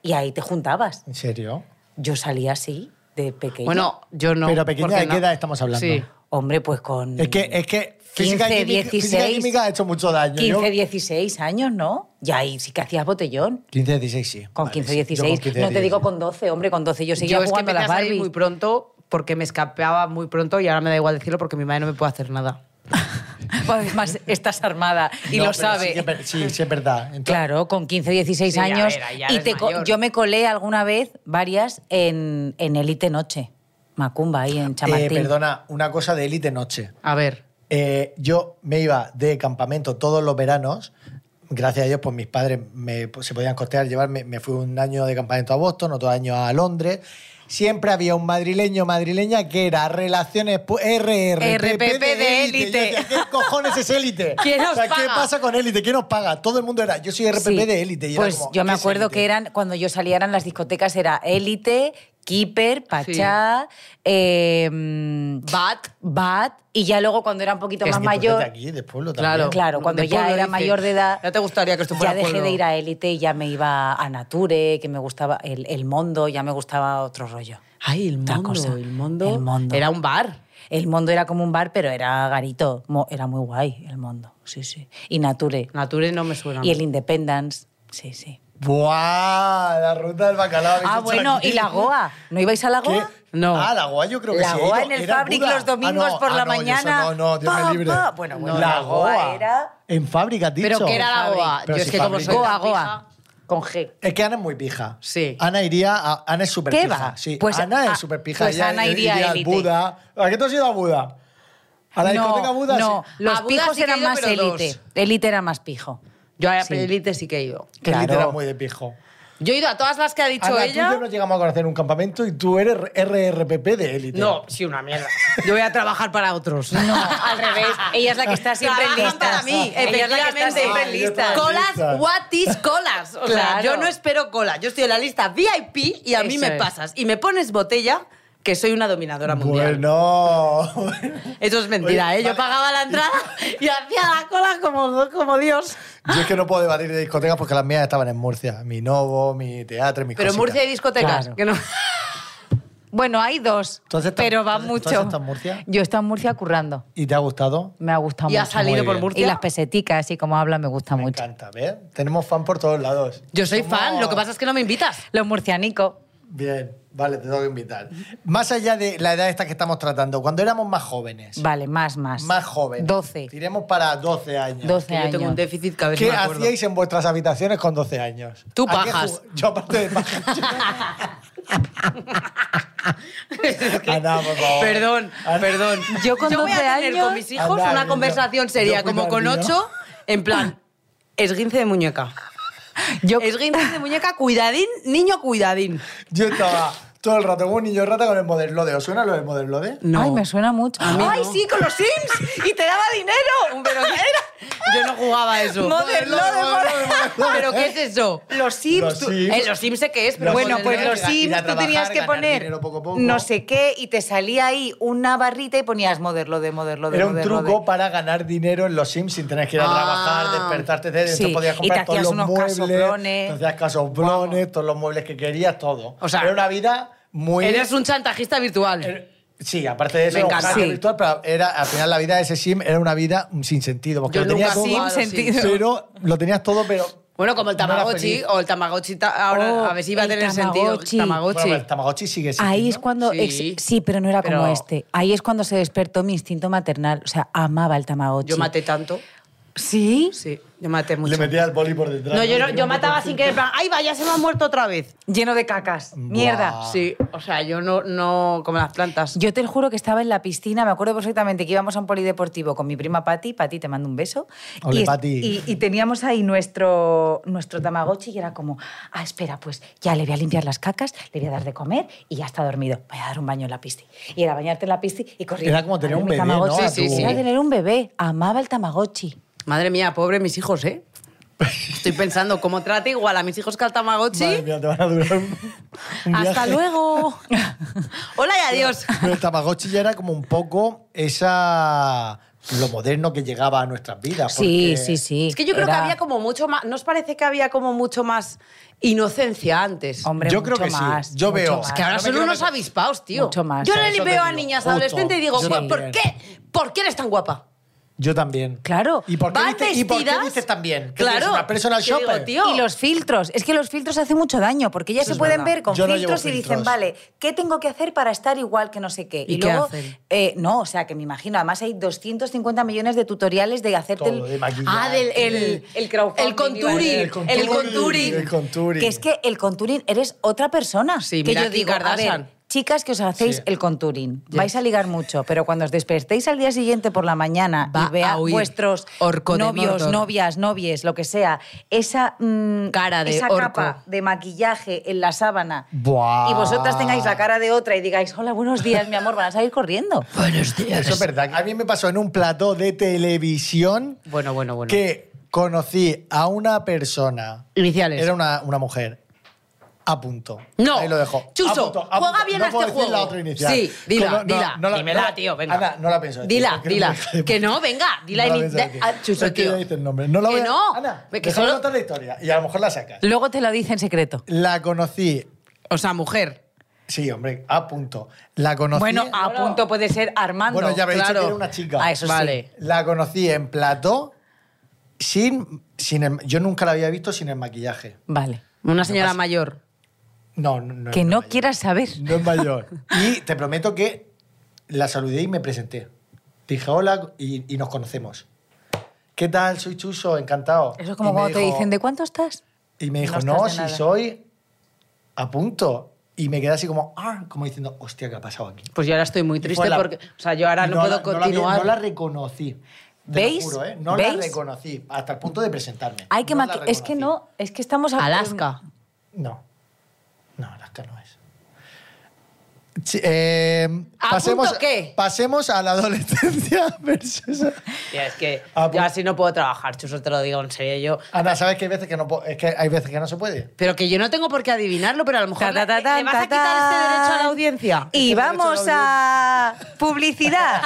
y ahí te juntabas.
¿En serio?
Yo salía así, de pequeña.
Bueno, yo no.
Pero pequeña,
porque
¿de qué
no.
edad estamos hablando?
Sí.
Hombre, pues con...
Es que, es que física,
15,
y química, física y
16.
química ha hecho mucho daño.
15,
Yo-
16 años, ¿no? Y ahí sí que hacías botellón.
15, 16, sí.
Con
Vale,
15,
sí. Yo
16.
con 15,
no te digo
16.
con 12, hombre, con 12 yo
yo
seguía
es que
jugando
empecé
a
a
las
salir
Barbies.
muy pronto porque me escapaba muy pronto y ahora me da igual decirlo porque mi madre no me puede hacer nada.
Pues además, estás armada y
No,
lo
pero
sabe.
Sí, que es ver- sí, sí es verdad. Entonces-
Claro, con 15, 16
Sí, ya
años.
era, ya
y
eres
te co-
mayor.
yo me colé alguna vez varias en, en Elite Noche, Macumba, ahí en
Eh,
Chamartín.
perdona, una cosa de élite noche.
A ver.
Eh, yo me iba de campamento todos los veranos. Gracias a Dios, pues mis padres me, pues, se podían costear llevarme. Me fui un año de campamento a Boston, otro año a Londres. Siempre había un madrileño madrileña que era relaciones pu- RRPP
RPP
de
de
élite. Yo decía, ¿Qué cojones es élite?
¿Quién nos
O sea, ¿Qué
paga?
pasa con élite? ¿Quién nos paga? Todo el mundo era, yo soy RPP
Sí.
de élite. y era
Pues
como,
yo me
¿qué es
acuerdo
élite?
que eran, cuando yo salía eran las discotecas, era Elite, Keeper, Pachá, eh,
Bat.
Bat, y ya luego cuando era un poquito
Que
más
es mi pueblo
mayor.
de aquí, de pueblo
Claro,
también.
Claro, cuando
De
ya
pueblo,
era
dice.
mayor de edad.
Ya te gustaría que esto fuera
Ya dejé
pueblo.
de ir a élite y ya me iba a Nature, que me gustaba el, el Mondo, ya me gustaba otro rollo.
Ay, el
Otra
mundo,
cosa.
el mundo.
El Mondo.
Era un bar.
El Mondo era como un bar, pero era garito. Mo- Era muy guay el Mondo, sí, sí. Y Nature.
Nature no me suena.
Y el Independence, sí, sí.
¡Buah! La ruta del bacalao. habéis
Ah,
hecho
bueno,
aquí.
¿y la Goa? ¿No ibais a la
¿Qué?
Goa?
No.
Ah, la Goa yo creo que
La
sí. he
Goa
ido.
en el
Era
Fabric
Buda.
los domingos
Ah, no,
por
ah,
la
no, yo eso
mañana.
No, no, Dios
Pa,
me libre.
pa. Bueno, bueno,
la
la Goa
Goa
era-
En fábrica, has dicho.
Pero que era la
Fabric.
Goa.
Pero
Yo es
si
que como
Fabric.
soy
Goa,
tan
Goa.
pija-
Con G.
Es que Ana es muy pija.
Sí.
Ana iría. a- Ana es súper
¿Qué
pija.
va?
Sí.
Pues,
Ana
ah,
es súper pija.
pues
Ella
Ana iría a
iría al
élite.
Buda. ¿A qué tú has ido a Buda? ¿A la discoteca Buda?
no,
Sí.
los
A Buda
pijos
sí que he
eran
ido,
más
pero dos.
élite. Élite era más pijo.
Yo a
Sí.
Elite sí que he ido.
Que
claro.
élite era muy de pijo.
Yo he ido a todas las que ha dicho
Ana, tú y
ella.
yo nos llegamos a conocer en un campamento y tú eres RRPP de élite.
No, sí, una mierda. Yo voy a trabajar para otros.
No, al revés. Ella es la que está siempre en
Trabajan
listas.
para mí,
Ella es la que está
efectivamente.
siempre en
Ay, yo
listas.
también.
Colas,
listas.
what is colas? O sea,
Claro.
yo no espero cola. Yo estoy en la lista VIP y a mí
Eso
me
es.
pasas. Y me pones botella, que soy una dominadora mundial.
Bueno.
Eso es mentira,
Oye,
¿eh? Yo
vale.
pagaba la entrada y hacía la cola como, como Dios.
Yo es que no puedo debatir de discotecas porque las mías estaban en Murcia. Mi Novo, mi teatro, mis
Pero en
cositas.
Murcia hay discotecas.
Claro.
Que no...
Bueno, hay dos,
¿Tú has estado-
pero va
tú has- tú
mucho.
has estado en Murcia?
Yo he estado en Murcia currando.
¿Y te ha gustado?
Me ha gustado
Y
mucho.
has salido
muy
por
bien.
Murcia.
Y las peseticas, así como habla, me gusta
Me
mucho.
encanta, ¿ves? Tenemos fan por todos lados.
Yo soy
Somos-
fan, lo que pasa es que no me invitas.
Los murcianicos.
Bien, vale, te tengo que invitar. Más allá de la edad esta que estamos tratando, cuando éramos más jóvenes.
Vale, más, más.
Más jóvenes.
12.
Tiremos para 12 años.
12
Que yo
años.
tengo un déficit que a veces
¿Qué
no me acuerdo.
hacíais en vuestras habitaciones con 12 años?
Tú
¿A qué
pajas.
jug- Yo aparte de pajas. Ana, por favor.
Perdón,
Ana.
perdón.
Yo con
voy a
12
tener
años-
con mis hijos
Anda,
una
niño.
conversación seria,
Yo fui
como con
tardío.
ocho, en plan, esguince de muñeca.
Yo-
Esguince de muñeca, cuidadín, niño, cuidadín.
Yo estaba todo el rato como un niño rata con el modelo de. ¿Os suena lo del modelo de?
No.
Ay, me suena mucho.
A mí
Ay,
no.
sí, con los Sims. Y te daba dinero.
Pero que era- Yo no jugaba a eso.
Modern Love,
Modern Love.
¿Pero qué es eso?
Los Sims.
Los
tú-
Sims.
Eh, los Sims sé qué es, pero
Los
bueno,
Modern
pues
Love-
los
ir a- ir
Sims
a
tú tenías
trabajar,
que
ganar
poner
dinero poco a poco.
no sé qué y te salía ahí una barrita y ponías moderlo de moderlo de
Era un
moderlo de.
truco para ganar dinero en los Sims sin tener que ir a
Ah.
trabajar, despertarte, etc.
Sí,
Entonces podías
y te
comprar todos
hacías
los
unos
muebles,
casoplones.
te hacías casoplones, todos los muebles que querías, todo.
O sea,
era una vida muy...
Eres un chantajista virtual.
er- Sí, aparte de eso,
Me
era un
encanta.
hacker
Sí.
virtual, pero era, al final la vida de ese sim era una vida mm, sin sentido. Porque
Yo
lo
nunca
tenías todo,
he jugado,
sin
sí.
sentido.
pero lo tenías todo, pero...
Bueno, como el
no era
Tamagotchi,
feliz.
o el Tamagotchi ta- ahora
Oh,
a ver si va a
el
tener
Tamagotchi.
sentido.
Bueno,
Tamagotchi.
pero el Tamagotchi sigue
Ahí
existiendo.
es cuando.
Sí.
ex- Sí, pero no era como
Pero-
este. Ahí es cuando se despertó mi instinto maternal. O sea, amaba el Tamagotchi.
Yo maté tanto.
Sí.
Sí, yo maté mucho.
Le metía el boli por detrás.
No, yo, no-
Tenía
yo
un
mataba sin querer. en plan, ¡Ay, vaya, se me ha muerto otra vez!
Lleno de cacas. Mierda.
Ah.
Sí, o sea, yo no, no como las plantas.
Yo te juro que estaba en la piscina, me acuerdo perfectamente que íbamos a un polideportivo con mi prima Patti, Patti te mando un beso,
Ole,
y, es-
Pati.
y- y teníamos ahí nuestro, nuestro tamagotchi y era como, ah, espera, pues ya le voy a limpiar las cacas, le voy a dar de comer y ya está dormido, voy a dar un baño en la pisci. Y era bañarte en la pisci y correr.
Era como tener un bebé,
¿no?
Sí,
A tu-
Era tener un bebé, amaba el tamagotchi.
Madre mía, pobre mis hijos, ¿eh? Estoy pensando cómo trata igual a mis hijos que al
Madre
Tamagotchi.
mía, te van a durar un, un
¡Hasta
viaje. Oh.
luego! ¡Hola y adiós!
Pero el Tamagotchi ya era como un poco esa lo moderno que llegaba a nuestras vidas.
Sí,
porque-
sí, sí.
Es que yo creo que
Era-
había como mucho más. ¿Nos parece que había como mucho más inocencia antes?
Hombre,
Yo creo
mucho
que sí.
más,
Yo
mucho
veo-
más.
Es
Que ahora
No me
son
quiero
unos
meter-
avispaos, tío.
Mucho más.
Yo
Por
le
eso te
veo a
digo,
niñas
justo.
adolescentes y digo,
Yo
"Guau, ¿por
también.
qué? ¿Por qué eres tan guapa?
Yo también.
Claro.
¿Y por qué,
Van
dices, ¿y por qué
vestidas-
dices también? ¿Que
Claro.
eres una personal
Yo digo,
shopper?
tío,
Y los filtros. Es que los filtros hacen mucho daño porque ya
Eso
se
es
pueden
verdad.
ver con
Yo no llevo
filtros y dicen,
filtros.
vale, ¿qué tengo que hacer para estar igual que no sé qué?
¿Y qué
luego,
hacen?
eh, no, o sea, que me imagino, además hay 250 millones de tutoriales de hacerte
Todo,
el-
de maquillaje.
Ah, del el,
El crowdfunding,
El contouring.
iba a
El
decir.
contouring.
El contouring.
Que es que el contouring eres otra persona.
Sí,
que
mira
yo
aquí
digo, a
Kardashian.
ver, chicas que os hacéis
Sí.
el contouring, vais a ligar mucho, pero cuando os despertéis al día siguiente por la mañana
Va
y vea
a huir.
vuestros
Orco de
novios,
Mordor.
novias, novies, lo que sea, esa mm,
Cara de
esa
orco.
capa de maquillaje en la sábana
Buah.
y vosotras tengáis la cara de otra y digáis, hola, buenos días, mi amor, van a salir corriendo.
Eso es verdad. A mí me pasó en un plató de televisión
Bueno, bueno, bueno.
que conocí a una persona.
Iniciales.
Era una, una mujer. A punto.
No.
Ahí lo dejo.
Chuso,
A punto, a
juega
punto.
bien
no
a este
puedo decir
juego.
la otra inicial.
Sí, dila,
Como-
dila. Dímela,
no-
tío, venga.
Ana, no la pienso decir,
Dila,
porque
dila.
eres una hija de
Que
puta.
no, venga, dila
No
en-
la pienso
da-
decir.
ah, Chuso,
Es que
tío.
ya dice el nombre. No la
Que
voy a-
no,
Ana,
que
déjame
solo-
contar la historia y a lo mejor la sacas.
Luego te lo dice en secreto.
La conocí.
O sea, mujer.
Sí, hombre, a punto. La conocí.
Bueno, a
Bueno.
punto puede ser Armando.
Bueno, ya habéis dicho
claro.
que era una chica.
Ah, eso sí.
vale.
La conocí en plató sin, sin el- yo nunca la había visto sin el maquillaje.
Vale.
Una señora mayor.
No, no, no.
Que
es
no
mayor.
quieras saber.
No es mayor. Y te prometo que la saludé y me presenté. Dije hola y, y nos conocemos. ¿Qué tal? Soy Chuso, encantado.
Eso es como
Y me
cuando te
dijo-
dicen, ¿de cuánto estás?
Y me dijo,
No
no,
estás de
si
nada".
soy a punto. Y me quedé así como, ah, como diciendo, hostia, ¿qué ha pasado aquí?
Pues yo ahora estoy muy
Y fue
triste
la-
porque. O sea, yo ahora
y
no,
la-
puedo
la vi-
continuar.
No la, reconocí. Te lo
¿Veis?
juro, ¿eh? No la
¿Veis?
reconocí hasta el punto de presentarme.
Hay que
No la
maqui- Es que
reconocí.
no, es que estamos... a-
Alaska.
No. No, Alaska no es. Sí, eh,
¿A punto qué?
pasemos a la adolescencia versus.
Tía, es que
Ah,
yo
pues-
así no puedo trabajar, Chuso, te lo digo en serio. Yo.
Ana, ¿sabes que hay veces que no po- es que hay veces que no se puede?
Pero que yo no tengo por qué adivinarlo, pero a lo mejor
Ta, ta,
le-
ta,
le,
tan,
vas a
ta,
quitar este
tan.
derecho a la audiencia.
Y
Este
vamos
derecho
a publicidad.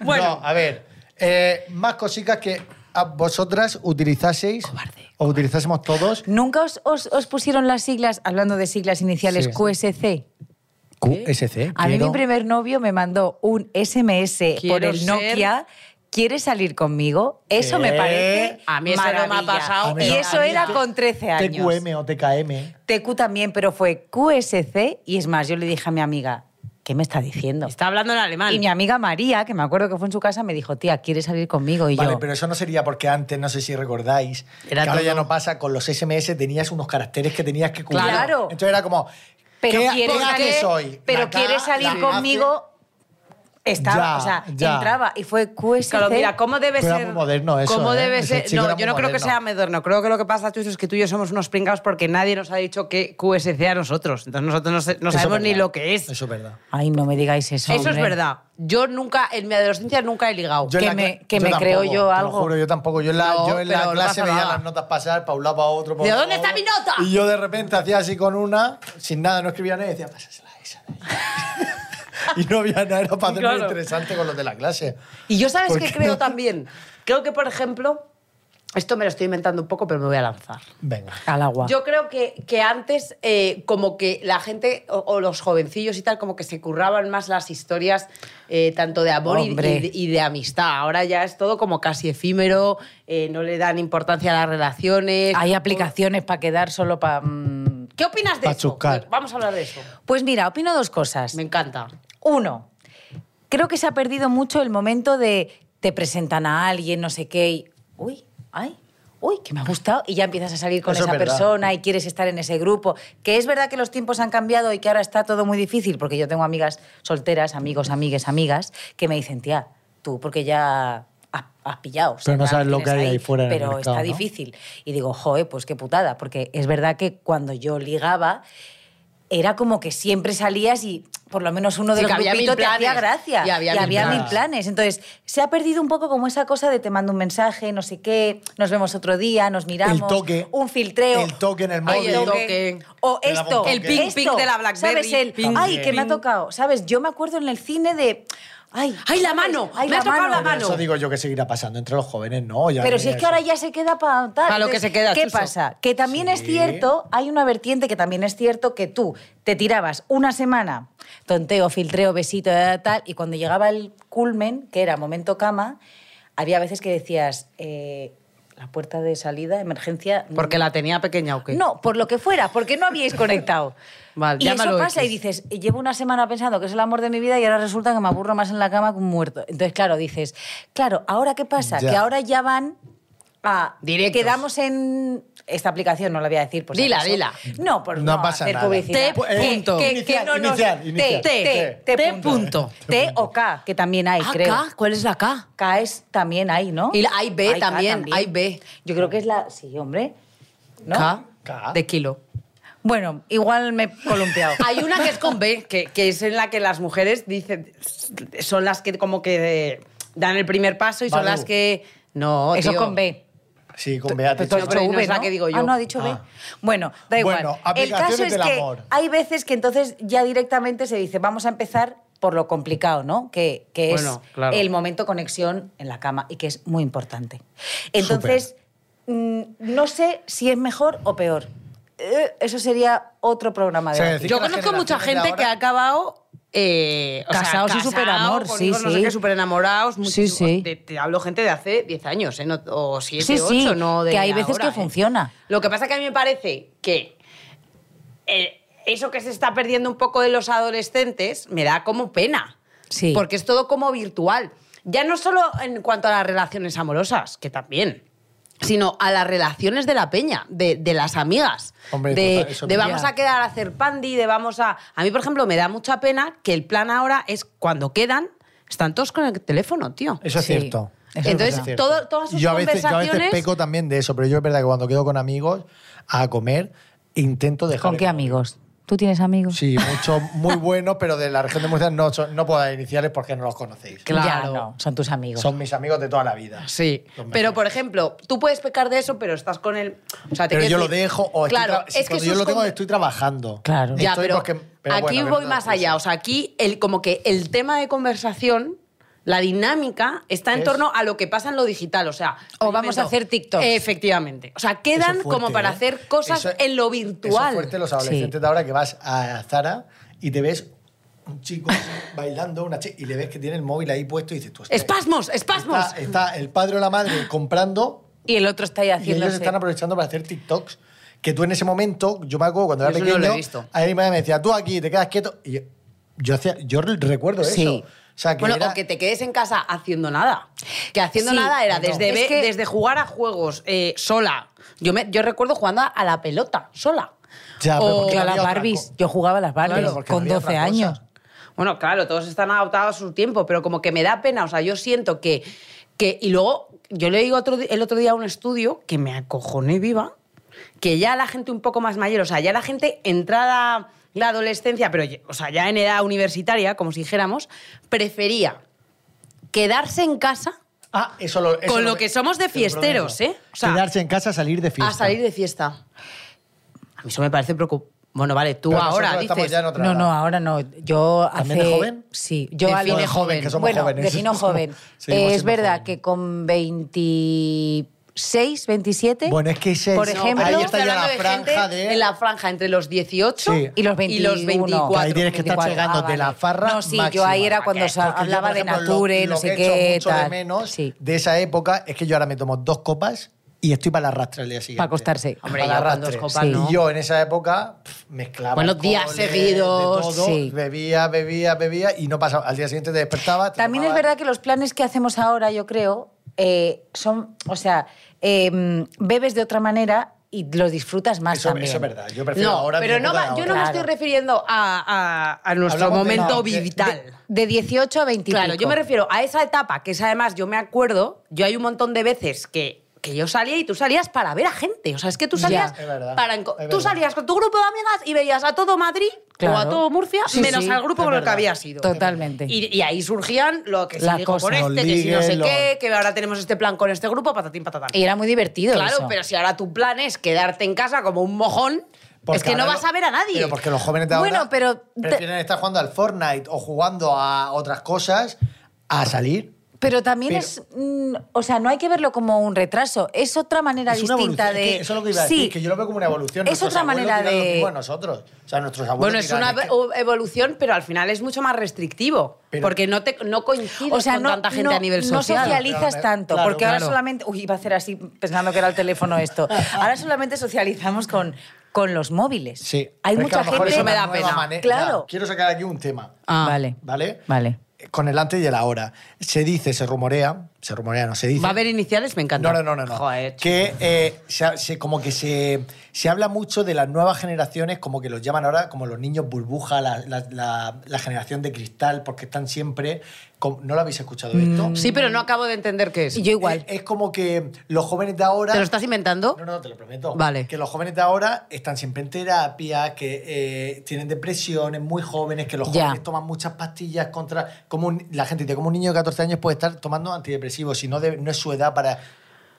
No, a ver. eh, más cositas que a vosotras utilizaseis
Cobarde,
o utilizásemos todos.
¿Nunca os, os- os pusieron las siglas, hablando de siglas iniciales,
Sí.
QSC?
QSC.
A mí mi primer novio me mandó un SMS por
Quiero
el
ser-
Nokia. ¿Quieres salir conmigo? Eso me
¿Qué?
parece
A mí eso no me ha
maravilla.
pasado
Y
en
eso
la
era
vida.
con 13 años.
TQM o TKM.
TQ también, pero fue QSC. Y es más, yo le dije a mi amiga, ¿qué me está diciendo?
Está hablando en alemán.
Y mi amiga María, que me acuerdo que fue en su casa, me dijo, tía, ¿quieres salir conmigo? Y
Vale,
yo,
pero eso no sería porque antes, no sé si recordáis,
Era
que ahora ya
todo-
no pasa, con los SMS tenías unos caracteres que tenías que cumplir.
Claro.
Entonces era como,
Pero
¿qué,
quieres
por qué
salir,
soy?
pero
¿La K,
quieres
la
salir
F?
conmigo. Estaba,
Ya,
o sea,
ya.
entraba y fue QSC.
Claro, mira, ¿cómo debe
Pero era
ser?
muy moderno eso,
¿Cómo
¿eh?
debe
Ese
ser?
chico
No,
era
yo
muy
no creo que
moderno.
sea moderno. Creo que lo que pasa, Chuso, es que tú y yo somos unos pringados porque nadie nos ha dicho que QSC a nosotros. Entonces nosotros no, se- no
Eso es
sabemos ni
verdad.
lo que es. Eso,
Eso es verdad.
Ay, no me digáis eso.
es
hombre.
verdad. Yo nunca, en mi adolescencia, nunca he ligado.
Yo en
Que
la
me-
cla-
que
yo
me creo yo
te lo
algo.
juro, yo tampoco. Yo en la,
No,
yo en la
pero no
clase
pasa
veía
nada.
las notas pasar para un lado, para otro. pa'
¿De
otro,
dónde está
pa'
mi
otro.
nota?
Y yo de repente hacía así con una, sin nada, no escribía nada y decía, pásasela a esa. y no había nada, era para hacerlo
Claro.
interesante con los de la clase.
Y yo sabes
¿Por
que
qué
creo
no?
también. Creo que, por ejemplo, esto me lo estoy inventando un poco, pero me voy a lanzar.
Venga.
Al agua.
Yo creo que, que antes, eh, como que la gente o, o los jovencillos y tal, como que se curraban más las historias eh, tanto de amor y, y
Hombre.
de- y de amistad. Ahora ya es todo como casi efímero, eh, no le dan importancia a las relaciones.
Hay aplicaciones para quedar solo mm. para.
¿Qué opinas de
Pa'
eso?
chuscar.
Vamos a hablar de eso.
Pues mira, opino dos cosas.
Me encanta.
Uno, creo que se ha perdido mucho el momento de te presentan a alguien, no sé qué, y. Uy, ay. Uy, que me ha gustado. Y ya empiezas a salir con
Eso es
esa
verdad.
persona y quieres estar en ese grupo. Que es verdad que los tiempos han cambiado y que ahora está todo muy difícil, porque yo tengo amigas solteras, amigos, amigues, amigas, que me dicen, tía, tú, porque ya has, has pillado. o sea,
Pero no
ya
sabes lo
tienes
que hay ahí fuera en el
Pero
mercado, ¿no?
está difícil. Y digo, joe, pues qué putada, porque es verdad que cuando yo ligaba, era como que siempre salías y por lo menos uno de
Sí,
los
que había
grupitos
mil
te hacía
planes.
gracia.
Y había mil
planes.
mil planes. Entonces, se ha perdido un poco como esa cosa de te mando un mensaje, no sé qué, nos vemos otro día, nos miramos.
El toque.
Un filtreo.
El toque en el
Ay,
móvil.
el toque.
toque.
O
Te daba
esto.
un toque.
El ping,
esto.
ping de la Blackberry.
¿Sabes? El,
Ping,
ay, que me ha
ping.
tocado. ¿Sabes? Yo me acuerdo en el cine de... Ay,
¡Ay, la
¿sabes?
mano!
Ay,
Me ha tocado la
Pero
mano.
Eso digo yo que seguirá pasando entre los jóvenes, no. Ya
Pero si es que ahora ya se queda para tal.
Pa' lo que
Entonces,
se queda,
¿Qué
Chuso.
pasa? Que también es
Sí.
cierto, hay una vertiente que también es cierto que tú te tirabas una semana, tonteo, filtreo, besito, tal, tal, y cuando llegaba el culmen, que era momento cama, había veces que decías, eh, la puerta de salida, emergencia.
Porque la tenía pequeña o qué.
No, por lo que fuera, porque no habíais conectado.
Vale,
y eso
llámalo
pasa y
X.
dices, llevo una semana pensando que es el amor de mi vida y ahora resulta que me aburro más en la cama que un muerto. Entonces, claro, dices, claro, ¿ahora qué pasa?
Ya.
Que ahora ya van a...
Directos.
Quedamos en... Esta aplicación no la voy a decir. Por si
Dila,
acaso.
dila.
No, por
No
no,
pasa
hacer
nada.
Te
publicidad.
punto.
Inicial,
nos-
inicial,
T,
inicial.
T,
T,
T,
T punto.
punto. T o K, que también hay,
Ah,
creo.
K. ¿Cuál es la K?
K es también hay, ¿no?
Y la- hay B
K
también, hay B.
Yo creo que es la... Sí, hombre. ¿No?
K.
K.
De kilo.
Bueno, igual me he columpiado.
Hay una que es con B, que, que es en la que las mujeres dicen, son las que como que dan el primer paso y son
Badoo.
las que... No,
Eso
tío.
con B.
Sí, con Beatriz.
Tú has
No,
dicho
pero no
V,
es la que digo yo.
Ah, no, ha dicho
Ah.
B. Bueno, da igual.
Bueno,
el
aplicaciones
caso es
del
que
amor.
hay veces que entonces ya directamente se dice, vamos a empezar por lo complicado, ¿no? Que, que
Bueno,
es
claro.
el momento conexión en la cama y que es muy importante. Entonces, mm, no sé si es mejor o peor. Eh, eso sería otro programa de
O sea,
debate.
decir-
Yo
que las
conozco mucha gente
generaciones de
que
ahora-
ha acabado. Eh, o sea,
Casados y
casado,
superamor,
con
sí,
hijos No sé
sí.
qué, super enamorados.
sí.
Te, te hablo gente de hace 10 años, ¿eh? No- o 7,
Sí,
8,
sí,
no de
que hay veces
ahora,
que
¿eh?
funciona.
Lo que pasa que a mí me parece que eh, eso que se está perdiendo un poco de los adolescentes me da como pena.
Sí.
Porque es todo como virtual. Ya no solo en cuanto a las relaciones amorosas, que también, sino a las relaciones de la peña, de, de las amigas.
Hombre,
de,
total, eso
de
me-
vamos
Ya.
a quedar a hacer pandi, de vamos a... A mí, por ejemplo, me da mucha pena que el plan ahora es cuando quedan, están todos con el teléfono, tío.
Eso es
Sí.
cierto.
Eso
Entonces,
es cierto.
todo- todas sus
yo a veces, yo a veces
conversaciones-
peco también de eso, pero yo es verdad que cuando quedo con amigos a comer, intento dejar.
¿Con
el
qué
móvil.
amigos? ¿Tú tienes amigos?
Sí, muchos muy buenos, pero de la región de Murcia no, son- no puedo dar iniciales porque no los conocéis.
Claro.
Ya no, son tus amigos.
Son mis amigos de toda la vida.
Sí,
Los mejores.
pero por ejemplo, tú puedes pecar de eso, pero estás con el... O sea, te
Pero
quiero
yo lo
decir-
dejo o estoy
claro,
tra- si
es que
cuando yo
sus
lo tengo
con-
estoy trabajando.
Claro.
Ya,
Estoy
pero,
porque- pero
aquí
bueno,
voy
verdad,
más
pues,
allá. O sea, aquí el, como que el tema de conversación, la dinámica, está en
Es-
torno a lo que pasa en lo digital. O sea,
O
yo
vamos a
invento-
hacer TikToks.
Efectivamente. O sea,
eso es
quedan
fuerte,
como para
¿eh?
hacer cosas
Eso-
en lo
Eso es
virtual.
fuerte los adolescentes de ahora que vas a Zara y te ves un chico bailando, una chica, y le ves que tiene el móvil ahí puesto y dices, tú, ostras,
Espasmos, espasmos.
está, está el padre o la madre comprando
Y el otro está ahí
y ellos
haciéndose.
están aprovechando para hacer TikToks. Que tú en ese momento, yo me acuerdo cuando era
Eso no
pequeño,
lo he visto.
a mi madre me decía, tú aquí, te quedas quieto. Y yo, yo hacía, yo recuerdo
Sí.
eso. O sea, que
bueno,
era-
o que te quedes en casa haciendo nada. Que haciendo
Sí,
nada era
no.
desde,
Es
ve-
que-
desde jugar a juegos eh, sola. Yo, me, yo recuerdo jugando a- a la pelota sola.
Ya, pero
O-
porque
Yo a
había
las
otra
Barbies.
co-
Yo jugaba a las Barbies
Claro, porque
con
había
12
otra cosa.
años.
Bueno, claro, todos están adaptados a su tiempo, pero como que me da pena, o sea, yo siento que... que y luego, yo le digo otro, di- el otro día a un estudio que me acojoné viva, que ya la gente un poco más mayor, o sea, ya la gente entrada la adolescencia, pero ya- o sea, ya en edad universitaria, como si dijéramos, prefería quedarse en casa
Ah, eso lo, eso
Con lo
me-
que somos de
te lo prometo.
fiesteros, ¿eh? O sea,
Quedarse en casa, salir de fiesta.
a salir de fiesta. A mí eso me parece preocupante. Bueno, vale, tú
Pero
ahora
nosotros estamos
dices...
ya en otra
No,
edad.
no, ahora no. Yo
¿También
hace-
de joven?
Sí, yo
Define
al-
joven,
joven, que somos
bueno,
jóvenes.
defino joven.
Seguimos
es
siendo
verdad
jóvenes.
que con 26, 27
Bueno, es que ese
Por
es-
No,
ejemplo,
pero
ahí
yo
está
estoy
ya la
hablando de
franja
gente
de...
En la franja entre los Ah, 18
Sí.
y los 21.
24.
Que ahí tienes que estar
24.
llegando de la farra
No, sí, yo
máxima.
ahí era cuando
Porque
se
Porque yo,
hablaba
por
de
ejemplo, lo-
Nature,
lo
no
que
sé
he hecho
qué,
mucho
tal.
de menos
sí.
de esa época es que yo ahora me tomo dos copas y estoy para el arrastre al día siguiente.
Para acostarse.
Hombre,
Para el
yo con
arrastre.
dos copas
Sí.
no.
Y yo en esa época pf, mezclaba.
Buenos días
alcoholes,
seguidos,
de todo,
sí.
Bebía, bebía, bebía y no pasaba. Al día siguiente te despertabas. te
También es
tomabas-
verdad que los planes que hacemos ahora, yo creo, eh, son, o sea, eh, bebes de otra manera y los disfrutas más
Eso,
también.
eso es verdad. Yo prefiero
Ah, No,
ahora
pero
mi
no
época
va-
de
yo no
ahora.
me
Claro.
estoy refiriendo a, a- a nuestro
Hablamos de-
momento
no, de-
vital.
De 18 a 20 y
Claro,
pico.
yo me refiero a esa etapa, que es además, yo me acuerdo, yo hay un montón de veces que, que yo salía y tú salías para ver a gente. O sea, es que tú
Ya.
salías,
Es verdad,
para enco-
es
tú
verdad.
salías con tu grupo de amigas y veías a todo Madrid o a
Claro.
todo Murcia,
Sí,
menos
sí,
al grupo
es
con el que
verdad.
había sido.
Totalmente.
Y, y ahí surgían lo que se
Las
dijo con
cosas.
este, que si no
Los
sé
ligues,
qué,
los-
que ahora tenemos este plan con este grupo, patatín, patatán.
Y era muy divertido
Claro,
eso.
pero si ahora tu plan es quedarte en casa como un mojón,
Porque
es que no
ahora
vas
lo-
a ver a nadie.
Pues Pero porque los jóvenes de ahora
Bueno, pero te-
prefieren estar jugando al Fortnite o jugando a otras cosas a salir.
Pero también
Pero-
es. mm, o sea, no hay que verlo como un retraso. Es otra manera
es una
distinta
evolución.
de.
Es que eso es lo que iba a
sí,
decir, que yo lo veo como una evolución.
Es
Nuestros
otra
abuelos
manera
dirán
de-
Lo mismo a nosotros. O sea, nuestros abuelos.
Bueno, es
dirán,
una
que-
evo- evolución, pero al final es mucho más restrictivo.
Pero-
porque no, te, no coincides
O sea,
con
no,
tanta gente
no-
a nivel
no
social.
socializas
Claro,
tanto,
claro,
porque ahora
claro.
solamente... Uy, iba a hacer así pensando que era el teléfono esto. Ahora solamente socializamos con, con los móviles.
Sí. Pero
Hay
es que
mucha
a lo mejor
gente...
es una
Eso me da
nueva
pena.
mane-
Claro.
Ya, quiero sacar aquí un tema.
Ah.
Vale.
¿Vale?
Vale.
Con el antes y el ahora. Se dice, se rumorea, se rumorea, no se dice.
¿Va a haber iniciales? Me encanta.
No, no, no, no. no.
Joder,
que eh, se, ha- se- como que se, se habla mucho de las nuevas generaciones, como que los llaman ahora como los niños burbuja, la, la- la- la generación de cristal, porque están siempre... con- ¿No lo habéis escuchado esto?
Sí, pero no acabo de entender qué es. Eh,
Y yo igual.
Es, es como que los jóvenes de ahora...
¿Te lo estás inventando?
No, no, te lo prometo.
Vale.
Que los jóvenes de ahora están siempre en terapia, que eh, tienen depresiones muy jóvenes, que los
Ya.
jóvenes toman muchas pastillas contra... Como un- la gente dice, como un niño de 14 años puede estar tomando antidepresivos, si no, de- no es su edad para...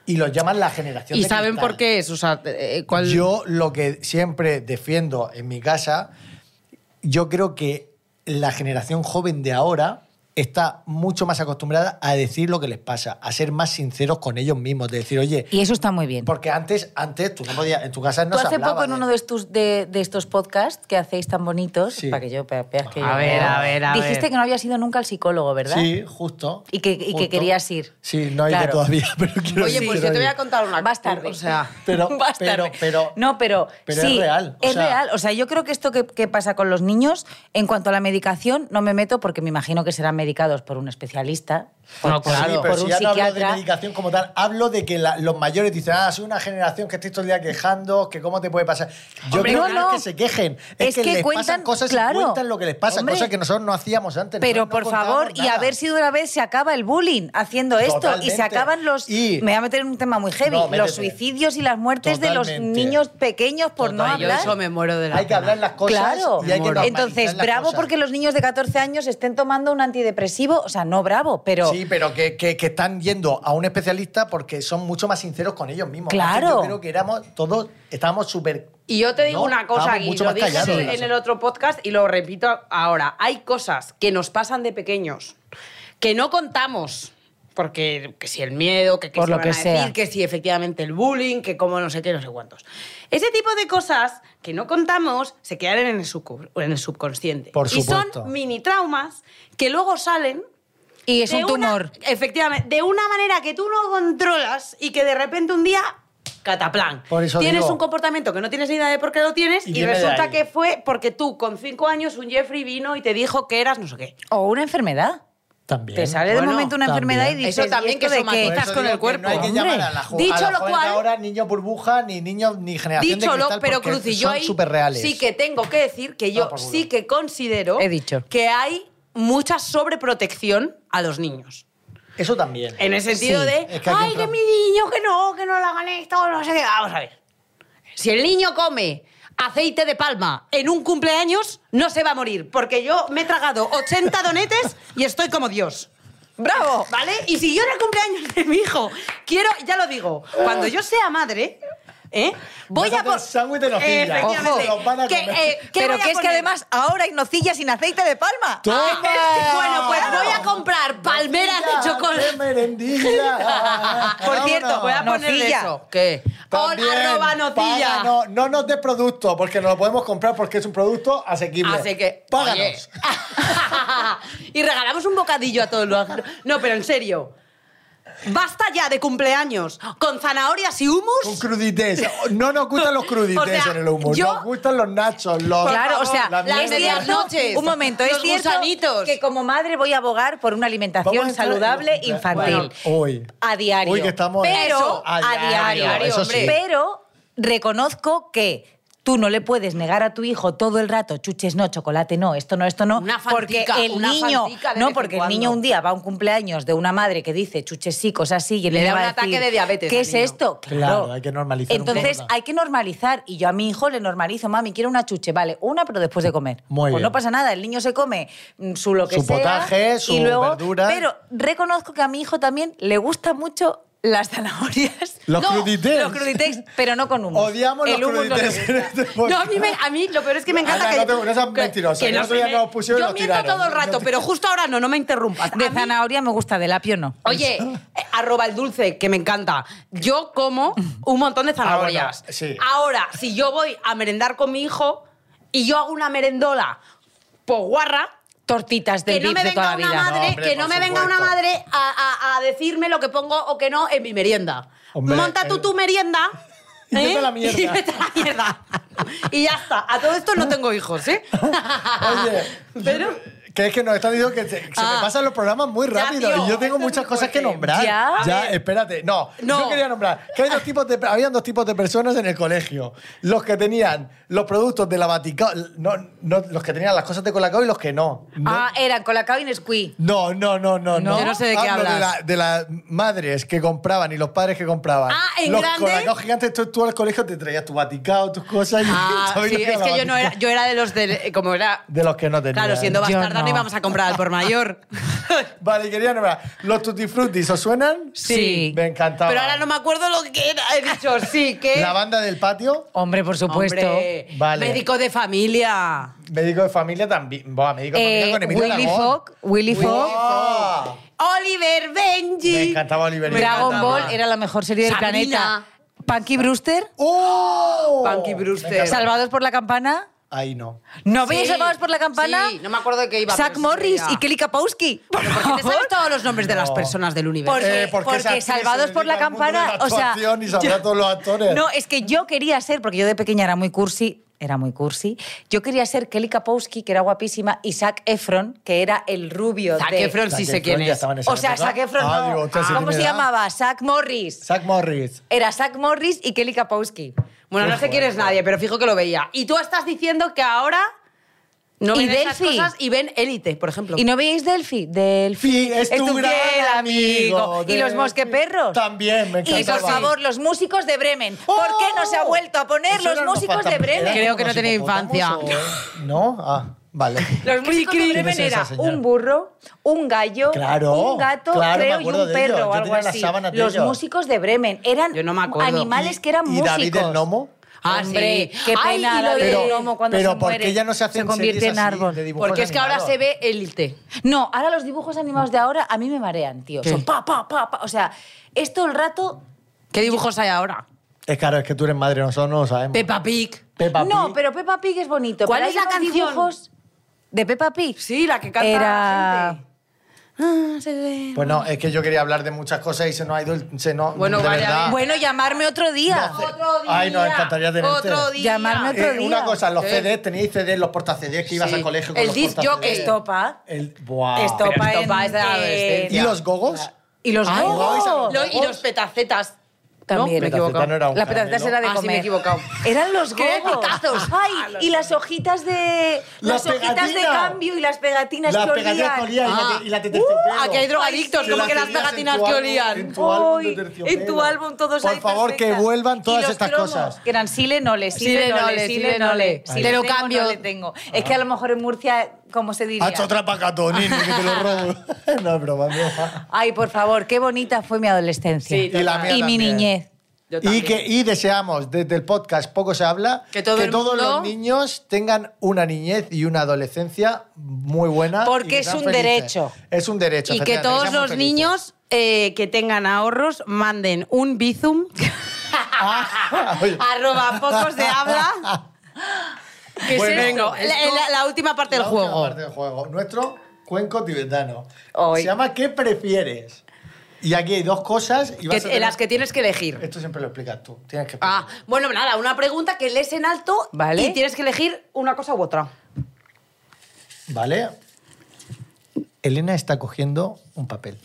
Y los llaman la generación
¿Y
de
saben
cristal.
por qué es? O sea, eh, ¿cuál?
Yo lo que siempre defiendo en mi casa, yo creo que la generación joven de ahora está mucho más acostumbrada a decir lo que les pasa, a ser más sinceros con ellos mismos, de decir, oye,
Y eso está muy bien.
porque antes, antes tú no podías, en tu casa no
Tú
se
hace
hablaba
poco en
de-
uno de, estos de, de estos podcasts que hacéis tan bonitos,
Sí.
para que yo vea- veas que
A
yo-
ver, a ver, a
Dijiste
ver.
que no habías ido nunca al psicólogo, ¿verdad?
Sí, justo.
Y que- y que
justo.
querías ir.
Sí, no he ido
Claro.
todavía, pero quiero
Oye,
ir,
pues
quiero
yo te voy
ir.
a contar una
Vas tarde.
O sea,
Pero-
Vas
pero-
tarde.
pero-
no, pero,
pero
sí,
es real, o
es
sea-
real. O sea, yo creo que esto que, que pasa con los niños, en cuanto a la medicación, no me meto porque me imagino que serán medicados por un especialista. por-
No, claro.
Sí, pero
por
si
un
ya no hablo de
psiquiatra.
medicación como tal, hablo de que la- los mayores dicen, ah, soy una generación que estoy todo el día quejando, que cómo te puede pasar. Yo
Hombre,
creo
no,
que no es
no.
que se quejen, es,
Es
que,
que
les pasan
cuentan-
cosas
claro.
y cuentan lo que les pasa,
Hombre.
cosas que nosotros no hacíamos antes.
Pero
Nosotros
por
no
favor,
contábamos
y
nada.
a ver si de una vez se acaba el bullying haciendo esto y
Totalmente.
se acaban los.
Y-
Me voy a meter en un tema muy heavy:
No, métete.
los suicidios y las muertes de los
Totalmente.
niños pequeños por no
Totalmente.
yo
hablar.
eso me muero de la
Hay que
pena.
hablar las cosas
claro.
y hay que normalizar
Entonces,
las
bravo
cosas.
porque los niños de 14 años estén tomando un antidepresivo. O sea, no bravo, pero.
Sí, pero que, que- que están yendo a un especialista porque son mucho más sinceros con ellos mismos.
Claro.
Antes Yo creo que éramos todos, estábamos súper...
Y yo te digo
No,
una cosa,
estábamos
y
mucho
lo
más
dije
callados en
en,
casa.
el otro podcast y lo repito ahora. Hay cosas que nos pasan de pequeños que no contamos. Porque que si el miedo, que, que
Por
si
lo
van
que
a decir,
sea.
que si efectivamente el bullying, que como no sé qué, no sé cuántos. Ese tipo de cosas que no contamos se quedan en el, subco- en el subconsciente.
Por
Y
supuesto.
son mini traumas que luego salen
Y es
de
un tumor.
una- efectivamente, de una manera que tú no controlas y que de repente un día cataplan.
Por eso
tienes
digo-
un comportamiento que no tienes ni idea de por qué lo tienes
Y
y,
viene de ahí.
resulta que fue porque tú con cinco años un Jeffrey vino y te dijo que eras no sé qué.
O una enfermedad.
También.
Te sale de
Bueno,
momento una
también.
enfermedad y dices...
Eso también
¿y esto
que
de
somatizas
qué?
Por eso
con
digo
el
que
cuerpo.
No hay que llamar
Hombre,
a la, jo-
dicho
a la
lo
joven
cual-
de ahora niño burbuja ni niño ni generación
Dicho
de
lo,
cristal
pero
porque
Crucilloy
son súper reales.
sí que tengo que decir que yo
Ah, por culo.
sí que considero
He dicho.
que hay mucha sobreprotección a los niños.
Eso también.
En el sentido
Sí,
de,
es que hay
ay,
un
que
pro-
mi niño, que no, que no le hagan esto, no sé qué. Vamos a ver. Si el niño come aceite de palma en un cumpleaños, no se va a morir, porque yo me he tragado 80 donetes y estoy como Dios.
¡Bravo!
¿Vale? Y si yo en el cumpleaños de mi hijo quiero, ya lo digo, cuando yo sea madre, ¿eh? Voy
Vas a
a
hacer
por.
sándwich de nocilla.
Efectivamente.
Ojo. Los van a
Que,
comer.
eh, ¿qué
Pero
voy a
que es que
poner? Ah,
además ahora hay nocillas sin aceite de palma.
¡Toma!
Bueno, pues voy a comprar palmeras de chocolate.
¡Qué merendilla!
Por cierto,
Vámonos.
voy a poner de
Nocilla.
eso. ¿Qué? Por
También,
arroba
páganos.
nocilla.
No, nos des producto, porque no lo podemos comprar porque es un producto asequible.
Así que. oye.
Páganos.
y regalamos un bocadillo a todos los. No, pero en serio. Basta ya de cumpleaños con zanahorias y humus.
Con crudités. No nos gustan los crudités
O sea,
en el humor.
yo-
Nos gustan los nachos, los...
Claro, o sea,
las
es
medias
cierto-
noches,
Un momento, es
los
cierto
gusanitos.
que como madre voy a abogar por
Vamos
una
a entrar
alimentación
en
saludable
los-
infantil.
Bueno, hoy.
A diario.
Hoy que estamos-
Pero,
Eso,
a
a
diario.
diario, eso sí.
Pero reconozco que tú no le puedes negar a tu hijo todo el rato chuches no, chocolate no, esto no, esto no,
Una
porque
fantica,
el
una
niño,
fantica de vez
no,
en
porque el
cuando.
niño un día va a un cumpleaños de una madre que dice chuches sí, cosas así y el
Le
niño
da
va
un
a decir,
ataque de diabetes
¿Qué
al
es
niño".
esto?
Claro, hay que normalizar un poco
Entonces
la-
hay que normalizar y yo a mi hijo le normalizo, mami, quiero una chuche, vale, una pero después de comer.
Muy
pues
bien.
no pasa nada, el niño se come mm, su lo que
Su
sea
potaje, su
y luego,
verdura.
pero reconozco que a mi hijo también le gusta mucho las zanahorias.
Los
No,
crudités.
Los crudités, pero no con humus.
Odiamos
El
los
humus no le
crudités en
gusta.
este
No,
podcast.
a mí, me- a mí lo peor es que me encanta
Ana,
que...
no te- no seas
que-
mentirosa,
que
el otro día
me-
nos pusieron y
Yo
nos
miento
tiraron.
todo el rato, pero justo ahora no, no me interrumpas.
De
A mí-
zanahoria me gusta, del apio no.
Oye, eh, arroba el dulce, que me encanta. Yo como un montón de zanahorias.
Ah, bueno, sí.
Ahora, si yo voy a merendar con mi hijo y yo hago una merendola por guarra,
Tortitas de
que no me
Vips de
venga
toda la
una
vida.
madre,
No, hombre,
que no
por
me venga una
supuesto.
madre a, a- a decirme lo que pongo o que no en mi merienda.
Hombre,
Monta tú
el-
tu merienda.
Y vete a la
Y
mierda.
vete a la mierda. Y ya está. A todo esto no tengo hijos, ¿eh?
Oye,
ah, Pero-
yo- que es que nos están diciendo que se, se
Ah.
me pasan los programas muy
Ya,
rápido
tío,
y yo
esto
tengo
es
muchas
muy
cosas que
fuerte.
nombrar.
Ya.
ya
A ver.
espérate. No,
No.
yo quería nombrar que hay dos tipos de, habían dos tipos de personas en el colegio. Los que tenían los productos de la Vaticano, no, no, los que tenían las cosas de Colacao y los que no. No,
Ah, eran colacao y Nesquí.
no, no, no, no.
No. Yo no sé de qué
Hablo
hablas.
De, la- de las madres que compraban y los padres que compraban.
Ah, ¿en
los
grande?
Colacao gigantes, tú, tú al colegio te traías tu Vaticano, tus cosas. y
Ah,
sabías
sí,
lo
es
era
que
la
yo no
Vaticano.
era, yo era de los del, como era,
De los que no tenían.
claro, siendo
Yo
bastarda no.
no.
íbamos a comprar al por mayor.
Vale, quería nombrar. ¿Los Tutti Frutti os suenan?
Sí.
Me encantaba.
Pero ahora no me acuerdo lo que era. He dicho, sí, que...
La banda del patio,
Hombre, por supuesto.
Hombre,
Vale.
Médico de familia.
médico de familia también. Buah, médico de
Eh,
familia con Emilio
Willy
Aragón.
Fogg, Willy
Willy
Fogg,
Fogg.
Oliver Benji.
Me encantaba Oliver
Me
Benji.
Dragon Ball
encantaba.
era la mejor serie del
Sabrina.
planeta. Punky Brewster,
¡Oh!
Punky Brewster.
Me encanta.
Salvados por la Campana.
Ahí no.
¿No
Sí.
veis Salvados por la Campana?
Sí, no me acuerdo de qué iba.
Zach
pero sí
Morris
sabía.
y Kelly Kapowski. Por
Pero ¿Por qué te
favor.
sabes todos los nombres de las
No.
personas del universo?
Por- Porque-
Eh, esa
porque
actriz se
Salvados
dedica
por la
al mundo de
Campana, o sea,
actuación Y sabrá todos los actores.
No, es que yo quería ser, porque yo de pequeña era muy cursi, era muy cursi. Yo quería ser Kelly Kapowski, que era guapísima, y Zac Efron, que era el rubio
Zac
de...
Efron.
Zac
sí sé
Efron
quién es.
ya estaba en esa
O sea,
época.
Zac Efron
Ah,
no.
digo, hostia, sí
¿Cómo
tiene
se
edad.
llamaba? Zac Morris.
Zack Morris.
Era Zac Morris y Kelly Kapowski.
Bueno, no
Qué
sé quién es
fuerte.
nadie, pero fijo que lo veía. Y tú estás diciendo que ahora no
Y
ven esas
Delphi.
cosas y ven Élite, por ejemplo.
¿Y no veíais Delphi? Delphi
Sí, es tu gran amigo.
Y los
Delphi.
mosqueperros.
También, me
Y por
encantaba. ¡Oh!
favor, los músicos de Bremen. ¿Por qué no se ha vuelto a poner
Eso
los
eran unos
músicos de
fantasmas.
Bremen?
Creo que no
¿Unos
tenía
hipopótamos o- ¿eh? ¿No? Ah, vale.
Los músicos de
¿Quién es
Bremen
esa
era
señora?
un burro, un gallo,
Claro,
un gato,
claro, me
creo, y
acuerdo
un
de
perro
ellos.
o
Yo
algo
tenía las
así.
sábanas de
Los
ellos.
músicos de Bremen eran
Yo no me acuerdo.
animales que eran
¿Y
músicos.
David el Nomo?
Ah,
Hombre,
sí.
qué
Ay,
pena
y lo
David
de-
el Nomo cuando
pero
se
¿por
muere.
qué ya no se hacen
se convierte
series
en
así
árbol.
de dibujos
Porque es que ahora
animados?
se ve Élite.
No, ahora los dibujos animados de ahora a mí me marean, tío.
¿Qué?
Son pa, pa, pa, pa. O sea, es todo el rato.
¿Qué dibujos hay ahora?
Es claro, es que tú eres madre, nosotros no lo sabemos.
Peppa Pig.
Peppa
no,
Pig.
pero Peppa Pig es bonito.
¿Cuál
pero
es
hay
la
unos
canción?
dibujos de Peppa Pig?
Sí, la que canta
Era-
la gente. Ah, se ve.
Pues no, es que yo quería hablar de muchas cosas y se nos ha ido el... Se no,
Bueno,
de
vale,
verdad.
Bueno, llamarme otro día.
Ah. No, Ay, nos encantaría tenerte.
Otro día.
Llamarme otro
Eh, una
día.
cosa, los
Sí.
CDs, teníais CDs, los porta-CDs que ibas
Sí.
al colegio con
El
los
disc
porta-CDs.
jockey.
Estopa.
El, buah.
Estopa,
Pero
en-
estopa es de la
en-
adolescencia.
¿Y los gogos?
Y los
Ay,
gogos.
no,
Lo- y los petacetas.
También.
No, me he
Petaceta
equivocado.
no era un
Las petacetas
caramelo.
era de
Ah,
comer.
sí, me he equivocado.
Eran los
¡Qué
gogos.
petazos!
Ay,
Ah, los
y las hojitas de
Las
las, hojitas de
pegatinas.
cambio y las pegatinas
Las
que olían.
pegatinas que olían y la
Ah.
te- y la teterciopelo.
Uh, aquí hay drogadictos,
Que
como
las
que las
tenías en
pegatinas
tu
que
álbum-
olían.
En tu álbum
Ay,
de terciopelo.
en tu álbum todos
Por
ahí
favor, que
perfectas.
vuelvan
Y
todas
los
estas
cromos,
cosas.
Que eran sile nole,
Sile
sile nole,
nole,
sile
sile
nole.
nole.
Si
Te lo
tengo,
cambio.
No le tengo. Es que a lo mejor en Murcia, como se diría?
Haz otra pacatonini, que te lo robo. no, es broma, es broma.
Ay, por favor, qué bonita fue mi adolescencia.
Sí,
Y la mía
y mi
también.
niñez.
Yo
Y,
también.
que, y deseamos, desde el podcast Poco se habla,
Que todo el
todos
mundo-
los niños tengan una niñez y una adolescencia muy buena.
Porque
y que
es
sean
un
felices.
derecho.
Es un derecho.
Y que
efectivamente,
todos
sean muy
los
felices.
niños eh, que tengan ahorros manden un bizum
Ah, oye.
arroba pocos de habla. Que es
Bueno,
esto, la,
esto-
la- la última parte del
Pues La última
juego.
parte del juego. Nuestro cuenco tibetano.
Hoy.
Se llama ¿Qué prefieres? Y aquí hay dos cosas. Y
Que-
vas a
en
tener-
las que tienes que elegir.
Esto siempre lo explicas tú. Tienes que
Ah, bueno, nada, una pregunta que lees en alto
Vale.
y tienes que elegir una cosa u otra.
¿Vale? Elena está cogiendo un papel.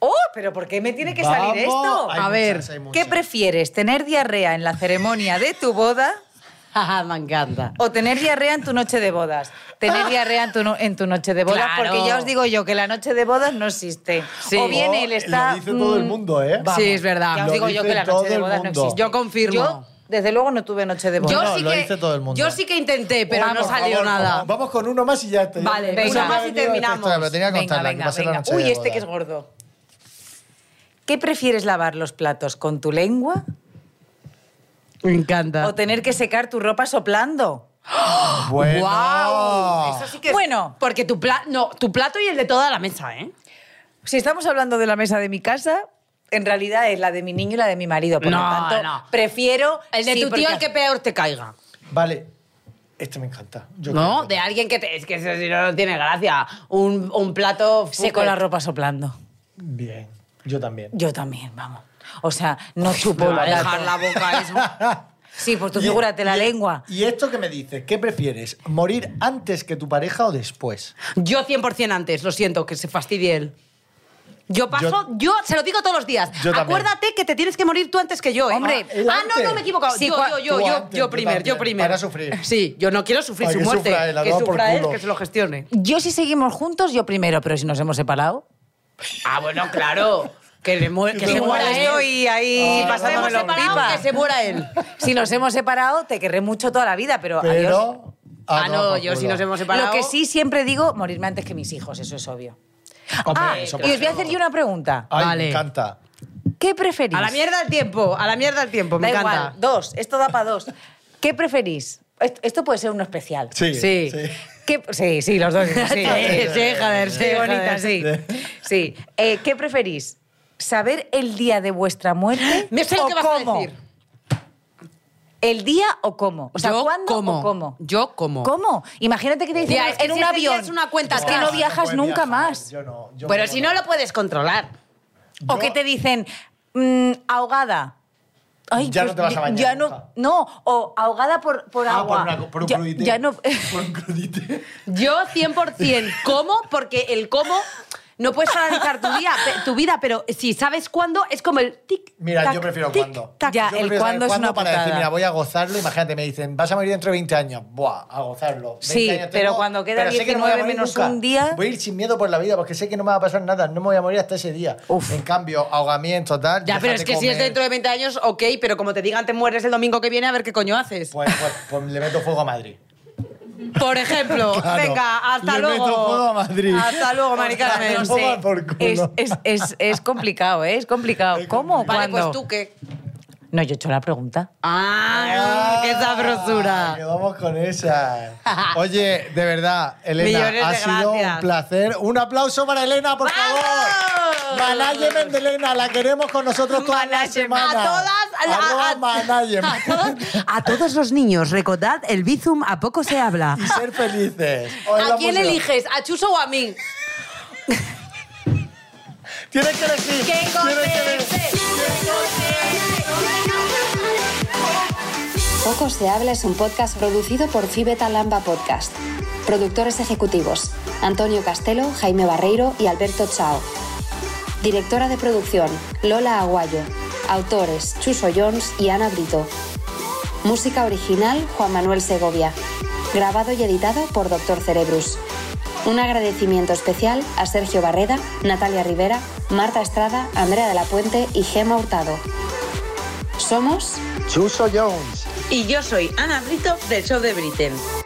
¡Oh! ¿Pero por qué me tiene que
Vamos,
salir esto?
hay
a ver,
muchas, hay
¿qué
muchas.
prefieres? ¿Tener diarrea en la ceremonia de tu boda
Me encanta.
o tener diarrea en tu noche de bodas? Tener diarrea en tu, no- en tu noche de bodas,
Claro.
porque ya os digo yo que la noche de bodas no existe.
Sí.
O bien él
Oh,
está.
Lo dice todo el
mm,
mundo, ¿eh?
vamos,
Sí, es verdad.
Ya os
Lo
digo yo
dice
que la
todo
noche de
el
bodas no
mundo.
existe.
Yo confirmo.
Yo, desde luego, no tuve noche de bodas.
Yo
No,
sí
lo
que,
dice todo el mundo.
Yo sí que intenté, pero
Por
no salió
favor,
nada.
Vamos con uno más y ya está.
Vale,
Yo-
venga.
Eso me ha
Más y
venido de esta
terminamos.
historia, pero tenía que
Venga,
contarla, que
venga,
va a ser la
venga.
noche
Uy,
de
este que es
bodas.
gordo.
¿Qué prefieres lavar los platos con tu lengua
Me encanta.
o tener que secar tu ropa soplando?
Bueno. Ah.
¡Guau! Eso sí que es-
Bueno.
Porque tu, pla- no, tu plato y el de toda la mesa, ¿eh?
Si estamos hablando de la mesa de mi casa, en realidad es la de mi niño y la de mi marido. Por
No,
lo tanto,
no.
prefiero.
El de
Sí,
tu tío,
porque-
el que peor te caiga.
Vale. Este me encanta. Yo
¿No?
creo que-
De alguien que te. Es que eso sí no, no tiene gracia. Un, un plato.
Seco
fútil.
la ropa soplando.
Bien. Yo también.
Yo también, vamos. O sea, no
Me
chupo
va a
la
dejar la boca eso.
Sí, por tu
Y-
figúrate la
y-
lengua.
¿Y esto que me dices? ¿Qué prefieres? ¿Morir antes que tu pareja o después?
Yo 100% antes, lo siento, que se fastidie él. Yo paso, yo, se lo digo todos los días.
Yo también.
Acuérdate que te tienes que morir tú antes que yo, ¿eh?
Hombre,
ah,
él
ah, no,
antes.
no me he equivocado.
Sí,
yo,
cua-
yo, yo,
tú
yo,
antes,
yo
yo
primero, yo
también,
primero.
para sufrir.
Sí, yo no quiero sufrir
Para
su
que
muerte.
sufra él, a
que
tomar por
sufra él,
culo.
que se lo gestione.
Yo si seguimos juntos, yo primero, pero si nos hemos separado.
Ah, bueno, claro. Que, le mu- que
tú
se
no
muera
eres
él.
tú
y
Si
Ah,
ahí
nos hemos
pasándomelo
separado,
pipa.
que se muera él.
Si nos hemos separado, te querré mucho toda la vida, pero, adiós.
Pero.
Ah,
a tomar
no,
por
yo si
culo.
nos hemos separado.
Lo que sí siempre digo, morirme antes que mis hijos, eso es obvio.
Hombre,
ah,
eso Ah.
y
por
os voy a hacer yo una pregunta.
Ay,
Vale.
me encanta.
¿Qué preferís?
A la mierda el tiempo, a la mierda el tiempo, me
da
encanta.
igual, dos. Esto da para dos. ¿Qué preferís? Est- Esto puede ser uno especial.
Sí.
Sí.
¿Qué- sí, sí, los dos. Sí,
Sí, sí, joder, sí,
bonita,
bonita,
sí. Sí. Eh, ¿Qué preferís? ¿Saber el día de vuestra muerte?
Me sé lo
o
que vas a
cómo?
decir.
¿El día o cómo? O sea,
Yo
¿cuándo
como.
o cómo?
Yo como.
¿Cómo? Imagínate que te dicen
Tía, es que
en
si
un
ese día
avión.
es una cuenta
Es que no
atrás.
viajas
puedes
nunca
viajar,
más.
Yo no. yo
Pero
no
si
puedo.
no lo puedes controlar.
O que te dicen mm, ahogada. Ay, pues
Ya no te vas a bañar
Ya
nunca.
no, no, o ahogada por, por
Ah, por,
agua.
una, por un
ya,
crudité.
ya no.
Por un crudité.
Yo 100% como, porque el cómo no puedes analizar tu, día, pe- tu vida, pero si sabes cuándo, es como el tic.
Mira,
tac,
yo prefiero
tic,
cuándo.
tac.
Ya,
Yo
el
prefiero saber
cuándo es una
para decir,
putada.
mira, voy a gozarlo. Imagínate, me dicen, vas a morir dentro de 20 años. Buah, a gozarlo. 20
Sí,
años
pero cuando queda
pero sé que no voy a
19
morir
menos
nunca.
un día-
Voy a ir sin miedo por la vida porque sé que no me va a pasar nada. No me voy a morir hasta ese día.
Uf.
En cambio, ahogamiento, tal.
Ya, pero es que si es dentro de 20 años, ok, pero como te digan te mueres el domingo que viene, a ver qué coño haces.
Pues, pues- pues le meto fuego a Madrid.
Por ejemplo,
Claro.
venga, hasta
Le
luego.
meto fuego a Madrid.
Hasta luego, Mari
Hasta
Carmen.
luego. Toma por culo.
Es, es, es, es complicado, ¿eh? Es complicado. ¿Cómo?
Vale,
¿Cuándo?
pues tú qué.
No, yo he hecho la pregunta.
¡Ah! ¡Qué
Ah, que
sabrosura!
vamos con esa. Oye, de verdad, Elena,
Millones
ha
de
sido un
gracias.
placer. Un aplauso para Elena, por
¡Vamos!
favor. Management de Elena, la queremos con nosotros toda la
Management.
semana.
A todas, a la-
Arroba
a-
management.
A todos, a todos los niños, recordad, el Bizum a poco se habla.
Y ser felices. Oye,
¿A
la
quién
música.
eliges? ¿A Chuso o a mí?
Tienes que elegir.
¡Que
Tienes que elegir.
Poco se habla es un podcast producido por Fibeta Lamba Podcast. Productores ejecutivos: Antonio Castelo, Jaime Barreiro y Alberto Chao. Directora de producción: Lola Aguayo. Autores: Chuso Jones y Ana Brito. Música original: Juan Manuel Segovia. Grabado y editado por Doctor Cerebrus. Un agradecimiento especial a Sergio Barreda, Natalia Rivera, Marta Estrada, Andrea de la Puente y Gema Hurtado. Somos
Chuso Jones.
Y yo soy Ana Brito del Show de Britain.